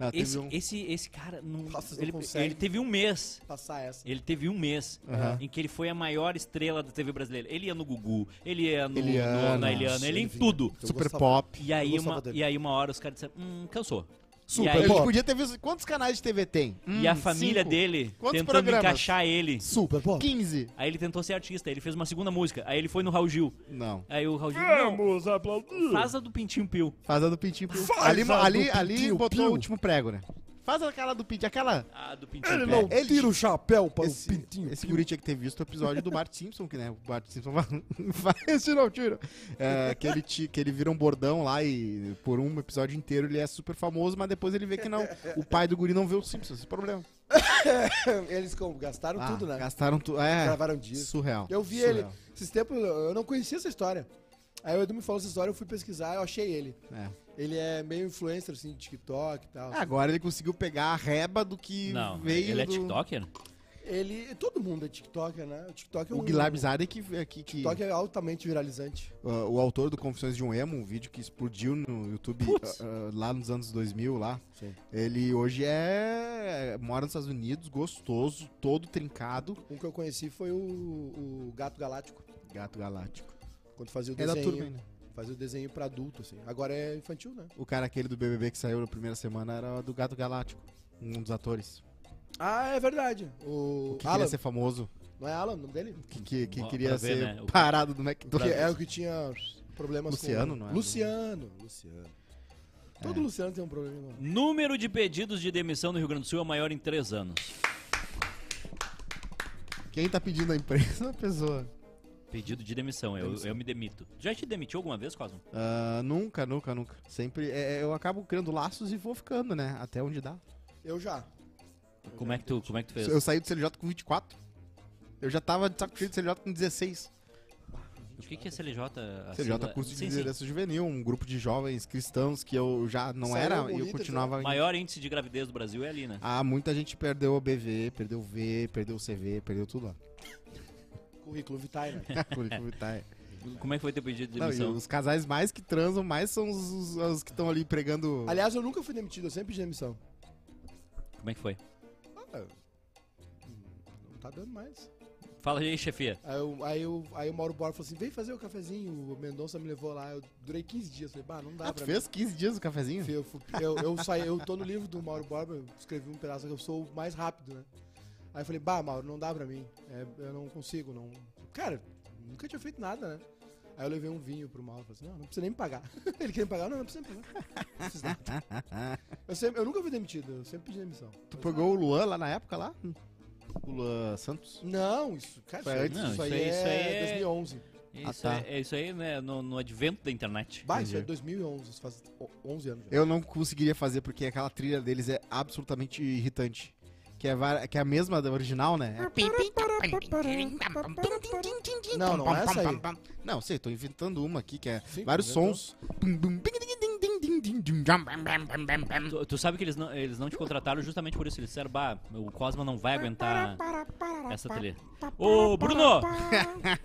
Ah, teve
Esse, é
um-
esse, esse cara não.
Nossa, não
ele,
consegue.
ele teve um mês.
Passar essa.
Ele teve um mês
Aham.
em que ele foi a maior estrela da TV brasileira. Ele ia no Gugu, ele ia no,
Eliana.
no- na Eliana, ele ia em
Ele vinha.
tudo.
Eu
Super
gostava-
pop.
E aí,
Eu gostava
uma,
dele.
e aí uma hora os caras disseram, hum, cansou. e,
Super
aí-
Ele
pop.
podia ter visto. Quantos canais de TV tem?
e
Hum,
a família
cinco?
dele
Quantos
tentando
programas?
encaixar ele.
Super pop.
15.
Aí ele tentou ser artista, ele fez uma segunda música, aí ele foi no Raul Gil.
Não.
Aí o Raul Gil, não,
aplaudir.
faz a do Pintinho Pio.
Faz a do Pintinho Piu.
Faz
Ali,
a do
ali,
Pintinho
ali botou
Piu.
o último prego, né? Faz aquela do Pintinho, aquela.
A do Pintinho Pio.
não- ele-
o chapéu para
Esse, esse guri tinha que ter visto o episódio do Bart Simpson, que né? O Bart Simpson <laughs> faz esse não tiro. É, que, ele ti- que ele vira um bordão lá e por um episódio inteiro ele é super famoso, mas depois ele vê que não. O pai do guri não vê o Simpsons, esse é o problema.
<laughs> Eles com- gastaram
Ah,
tudo, né?
Gastaram tudo. É,
Gravaram disco.
surreal.
Eu vi
surreal.
ele. Esses tempos eu não conhecia essa história. Aí o Edu me falou essa história, eu fui pesquisar, eu achei ele.
É.
Ele é meio influencer, assim, de TikTok e tal.
Agora ele conseguiu pegar a reba do que
Não,
veio
ele é
do...
TikToker?
Ele. Todo mundo é TikToker, né? O TikTok é um.
O Guilherme Zadek que... que, que
TikTok é altamente viralizante.
Uh, o autor do Confissões de um Emo, um vídeo que explodiu no YouTube
Putz.
uh, uh, lá nos anos 2000, lá.
Sim.
Ele hoje é mora nos Estados Unidos, gostoso, todo trincado,
Um que eu conheci foi o, o Gato Galáctico.
gato galáctico.
Quando fazia o
É da
desenho.
turma, hein, né?
Fazia o desenho pra adulto, assim. Agora é infantil, né?
O cara aquele do BBB que saiu na primeira semana era do gato galáctico, um dos atores.
Ah, é verdade. O.
Que
Alan.
queria ser famoso,
Não é Alan o nome dele?
que, que, que
Ó,
queria
pra ver,
ser
né, o-
parado do
Que
McDonald's.
é o que tinha problemas
Luciano,
com...
não é?
Luciano, Luciano. Todo Luciano tem um problema.
Número de pedidos de demissão no Rio Grande do Sul é maior em três anos.
Quem tá pedindo a empresa, a pessoa.
Pedido de demissão, eu, eu me demito. Já te demitiu alguma vez, Cosmo?
Ah, nunca, nunca, nunca. Sempre é, eu acabo criando laços e vou ficando, né? Até onde dá.
Eu já.
Como é que tu, como é que tu fez?
Eu saí do CLJ com 24. Eu já tava de saco cheio do CLJ com 16.
O que, que é CLJ? a
CLJ,
sigla?
é curso de
Sim, sim.
liderança juvenil, um grupo de jovens cristãos que eu já não
Saiu
era
algum
e eu
líder,
continuava. em-
Maior índice de gravidez do Brasil é ali, né?
Ah, muita gente perdeu o BV, perdeu o V, perdeu o CV,
<laughs>
perdeu tudo lá.
Currículo vitae,
<laughs>
né?
Currículo vitae.
Como é que foi teu pedido de
Ah. Não, e
demissão?
os casais mais que transam mais são os, os- os que estão ali pregando.
Aliás, eu nunca fui demitido, eu sempre pedi demissão.
Como é que foi?
Ah, não tá dando mais.
Fala aí, chefia.
Aí, eu, aí, eu, aí o Mauro Borba falou assim: vem fazer o cafezinho. O Mendonça me levou lá, eu durei 15 dias. Falei, bah, não dá
ah, tu
pra
fez 15 dias o
mim.
cafezinho?
Eu, fui- eu, eu saí, eu tô no livro do Mauro Borba, eu escrevi um pedaço que eu sou o mais rápido, né? Aí eu falei, bah, Mauro, não dá pra mim. É, eu não consigo, não. Cara, nunca tinha feito nada, né? Aí eu levei um vinho pro Mauro, falei assim, não, não precisa nem me pagar. <laughs> Ele queria me pagar, não, não precisa me pagar. Não precisa nada. Eu, sempre, eu nunca fui demitido, eu sempre pedi demissão.
Tu pegou o Luan lá na época lá? O Luan Santos?
Não, isso, cara,
Foi
isso, aí-
antes.
Não,
isso aí,
isso aí-
é
isso aí é-
2011.
Isso,
tá.
é, é isso aí, né? No, no advento da internet.
Bah, isso é
Entendi.
2011, isso faz o- 11 anos já.
Eu não conseguiria fazer porque aquela trilha deles é absolutamente irritante. Que é, var- que é a mesma da original, né?
Não, não é essa aí.
Não, sei, tô inventando uma aqui que é
Sim,
vários
inventou.
sons. Bum, bum, bing, ding, ding, ding, ding, ding, ding, jam, bam, bam, bam, bam, bam.
Tu, tu sabe que eles não, eles não te contrataram justamente por isso. Eles disseram, bah, o Cosma não vai aguentar essa trilha. Ô, Bruno!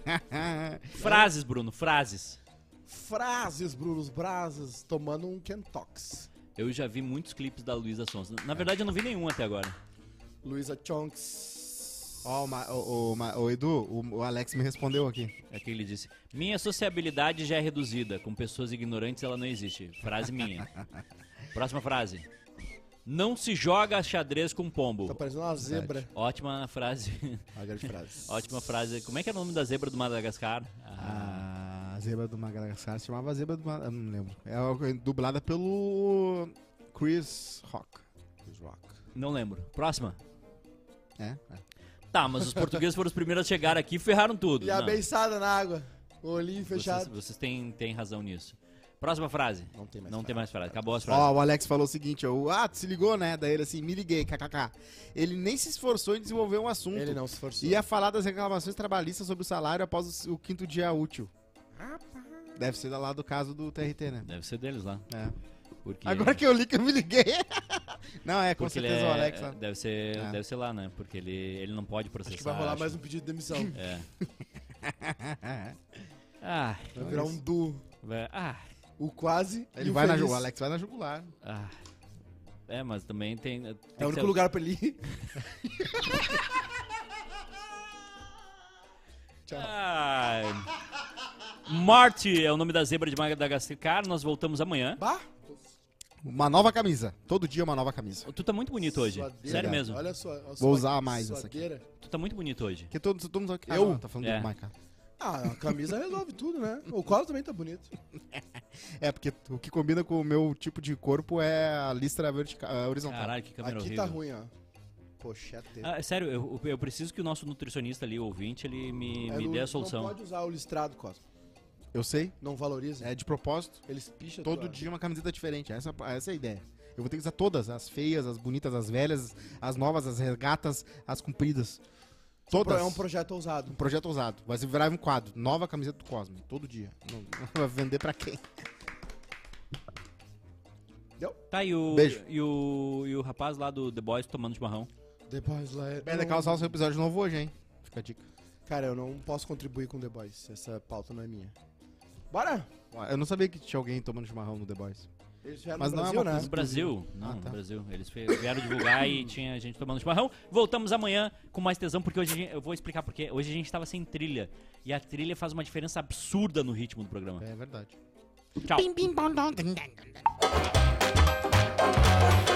<laughs> frases, Bruno, frases.
Frases, Brunos Brazes, tomando um Kentox.
Eu já vi muitos clipes da Luísa Sons. Na verdade, eu não vi nenhum até agora.
Luísa Chonks.
Ó, o Ma- o, o Ma- o Edu, o, o Alex me respondeu aqui.
É que ele disse: Minha sociabilidade já é reduzida. Com pessoas ignorantes ela não existe. Frase
<laughs>
minha. Próxima frase. Não se joga xadrez com
Tá
pombo.
parecendo uma zebra.
Ótima frase. <laughs>
A grande frase.
Ótima frase. Como é que é o nome da zebra do Madagascar? Ah,
A zebra do Madagascar se chamava zebra do Madagascar, não lembro. É algo- dublada pelo Chris Rock. Chris Rock.
não lembro. Próxima.
É?
Tá, mas os portugueses foram os primeiros a chegar aqui e ferraram tudo.
E a
Não,
beiçada na água. O olhinho
vocês-
fechado.
Vocês, têm, têm razão nisso. Próxima frase.
Não tem mais
Não
frase.
tem mais frase. Acabou as frases.
Ó, o Alex falou o seguinte, ó, ah, tu se ligou, né? Daí ele assim, me liguei, kkk. Ele nem se esforçou em desenvolver um assunto.
Ele não se esforçou.
Ia falar das reclamações trabalhistas sobre o salário após o, o quinto dia útil. Deve ser lá do caso do TRT, né?
Deve ser deles lá.
É.
Porque...
Agora que eu li que eu
<laughs>
me liguei. não, é, com
Porque ele
certeza
é-
o Alex. lá.
Deve ser,
É.
deve ser lá, né? Porque ele, ele não pode processar.
Acho que vai rolar
acho.
mais um pedido de demissão.
É.
é.
ah,
Vai virar um duo.
vai- ah,
O quase. e
Ele
o
vai na,
feliz.
ju- o Alex vai na jugular.
ah. É, mas também tem. tem que
É o único
ser-
lugar pra ele ir.
Ah, Morte é o nome da zebra de Madagascar. Nós voltamos amanhã.
Bah!
Uma nova camisa. Todo dia uma nova camisa.
Tu tá muito bonito hoje.
Suadeira.
Sério
Obrigado.
mesmo.
Olha só. olha só
Vou
a
usar mais essa aqui.
suadeira.
Tu tá muito bonito hoje.
Porque todos, todos aqui.
Eu?
não, tá falando
É.
do Maica.
Ah, a camisa resolve tudo, né? O colo também tá bonito.
É, porque o que combina com o meu tipo de corpo é a listra vertical, ah, horizontal.
Caralho, que câmera
aqui
horrível.
tá ruim, ó. Poxa,
Ah, é sério, eu, eu preciso que o nosso nutricionista ali, ouvinte, ele me, me dê a solução.
É Não pode usar o listrado, Cosmo.
Eu sei.
Não valoriza.
É de propósito.
Eles picham
Todo
tua-
dia uma camiseta diferente. Essa, essa é a ideia. Eu vou ter que usar todas. As feias, as bonitas, as velhas, as novas, as regatas, as compridas. Todas.
É um projeto ousado.
Um projeto ousado. Vai se virar um quadro. Nova camiseta do Cosmo. Todo dia. Não- <laughs> Vai vender pra quem?
Tá, e o,
Beijo.
E, o, e o rapaz lá do The Boys tomando chimarrão.
The Boys lá é-
Better Call Saul, seu episódio novo hoje, hein? Fica a dica.
Cara, eu não posso contribuir com The Boys. Essa pauta não é minha. Bora!
Eu não sabia que tinha alguém tomando chimarrão no The Boys.
Eles vieram
Mas
no
não é
Brasil,
uma
né?
No Brasil? Não,
Ah,
no
tá.
Brasil. Eles fe- vieram divulgar
<coughs>
e tinha gente tomando chimarrão. Voltamos amanhã com mais tesão, porque hoje a gente- eu vou explicar porque hoje a gente tava sem trilha. E a trilha faz uma diferença absurda no ritmo do programa.
É verdade.
Tchau.
Bing, bing, bong, dong, ding, dang, dong, dang.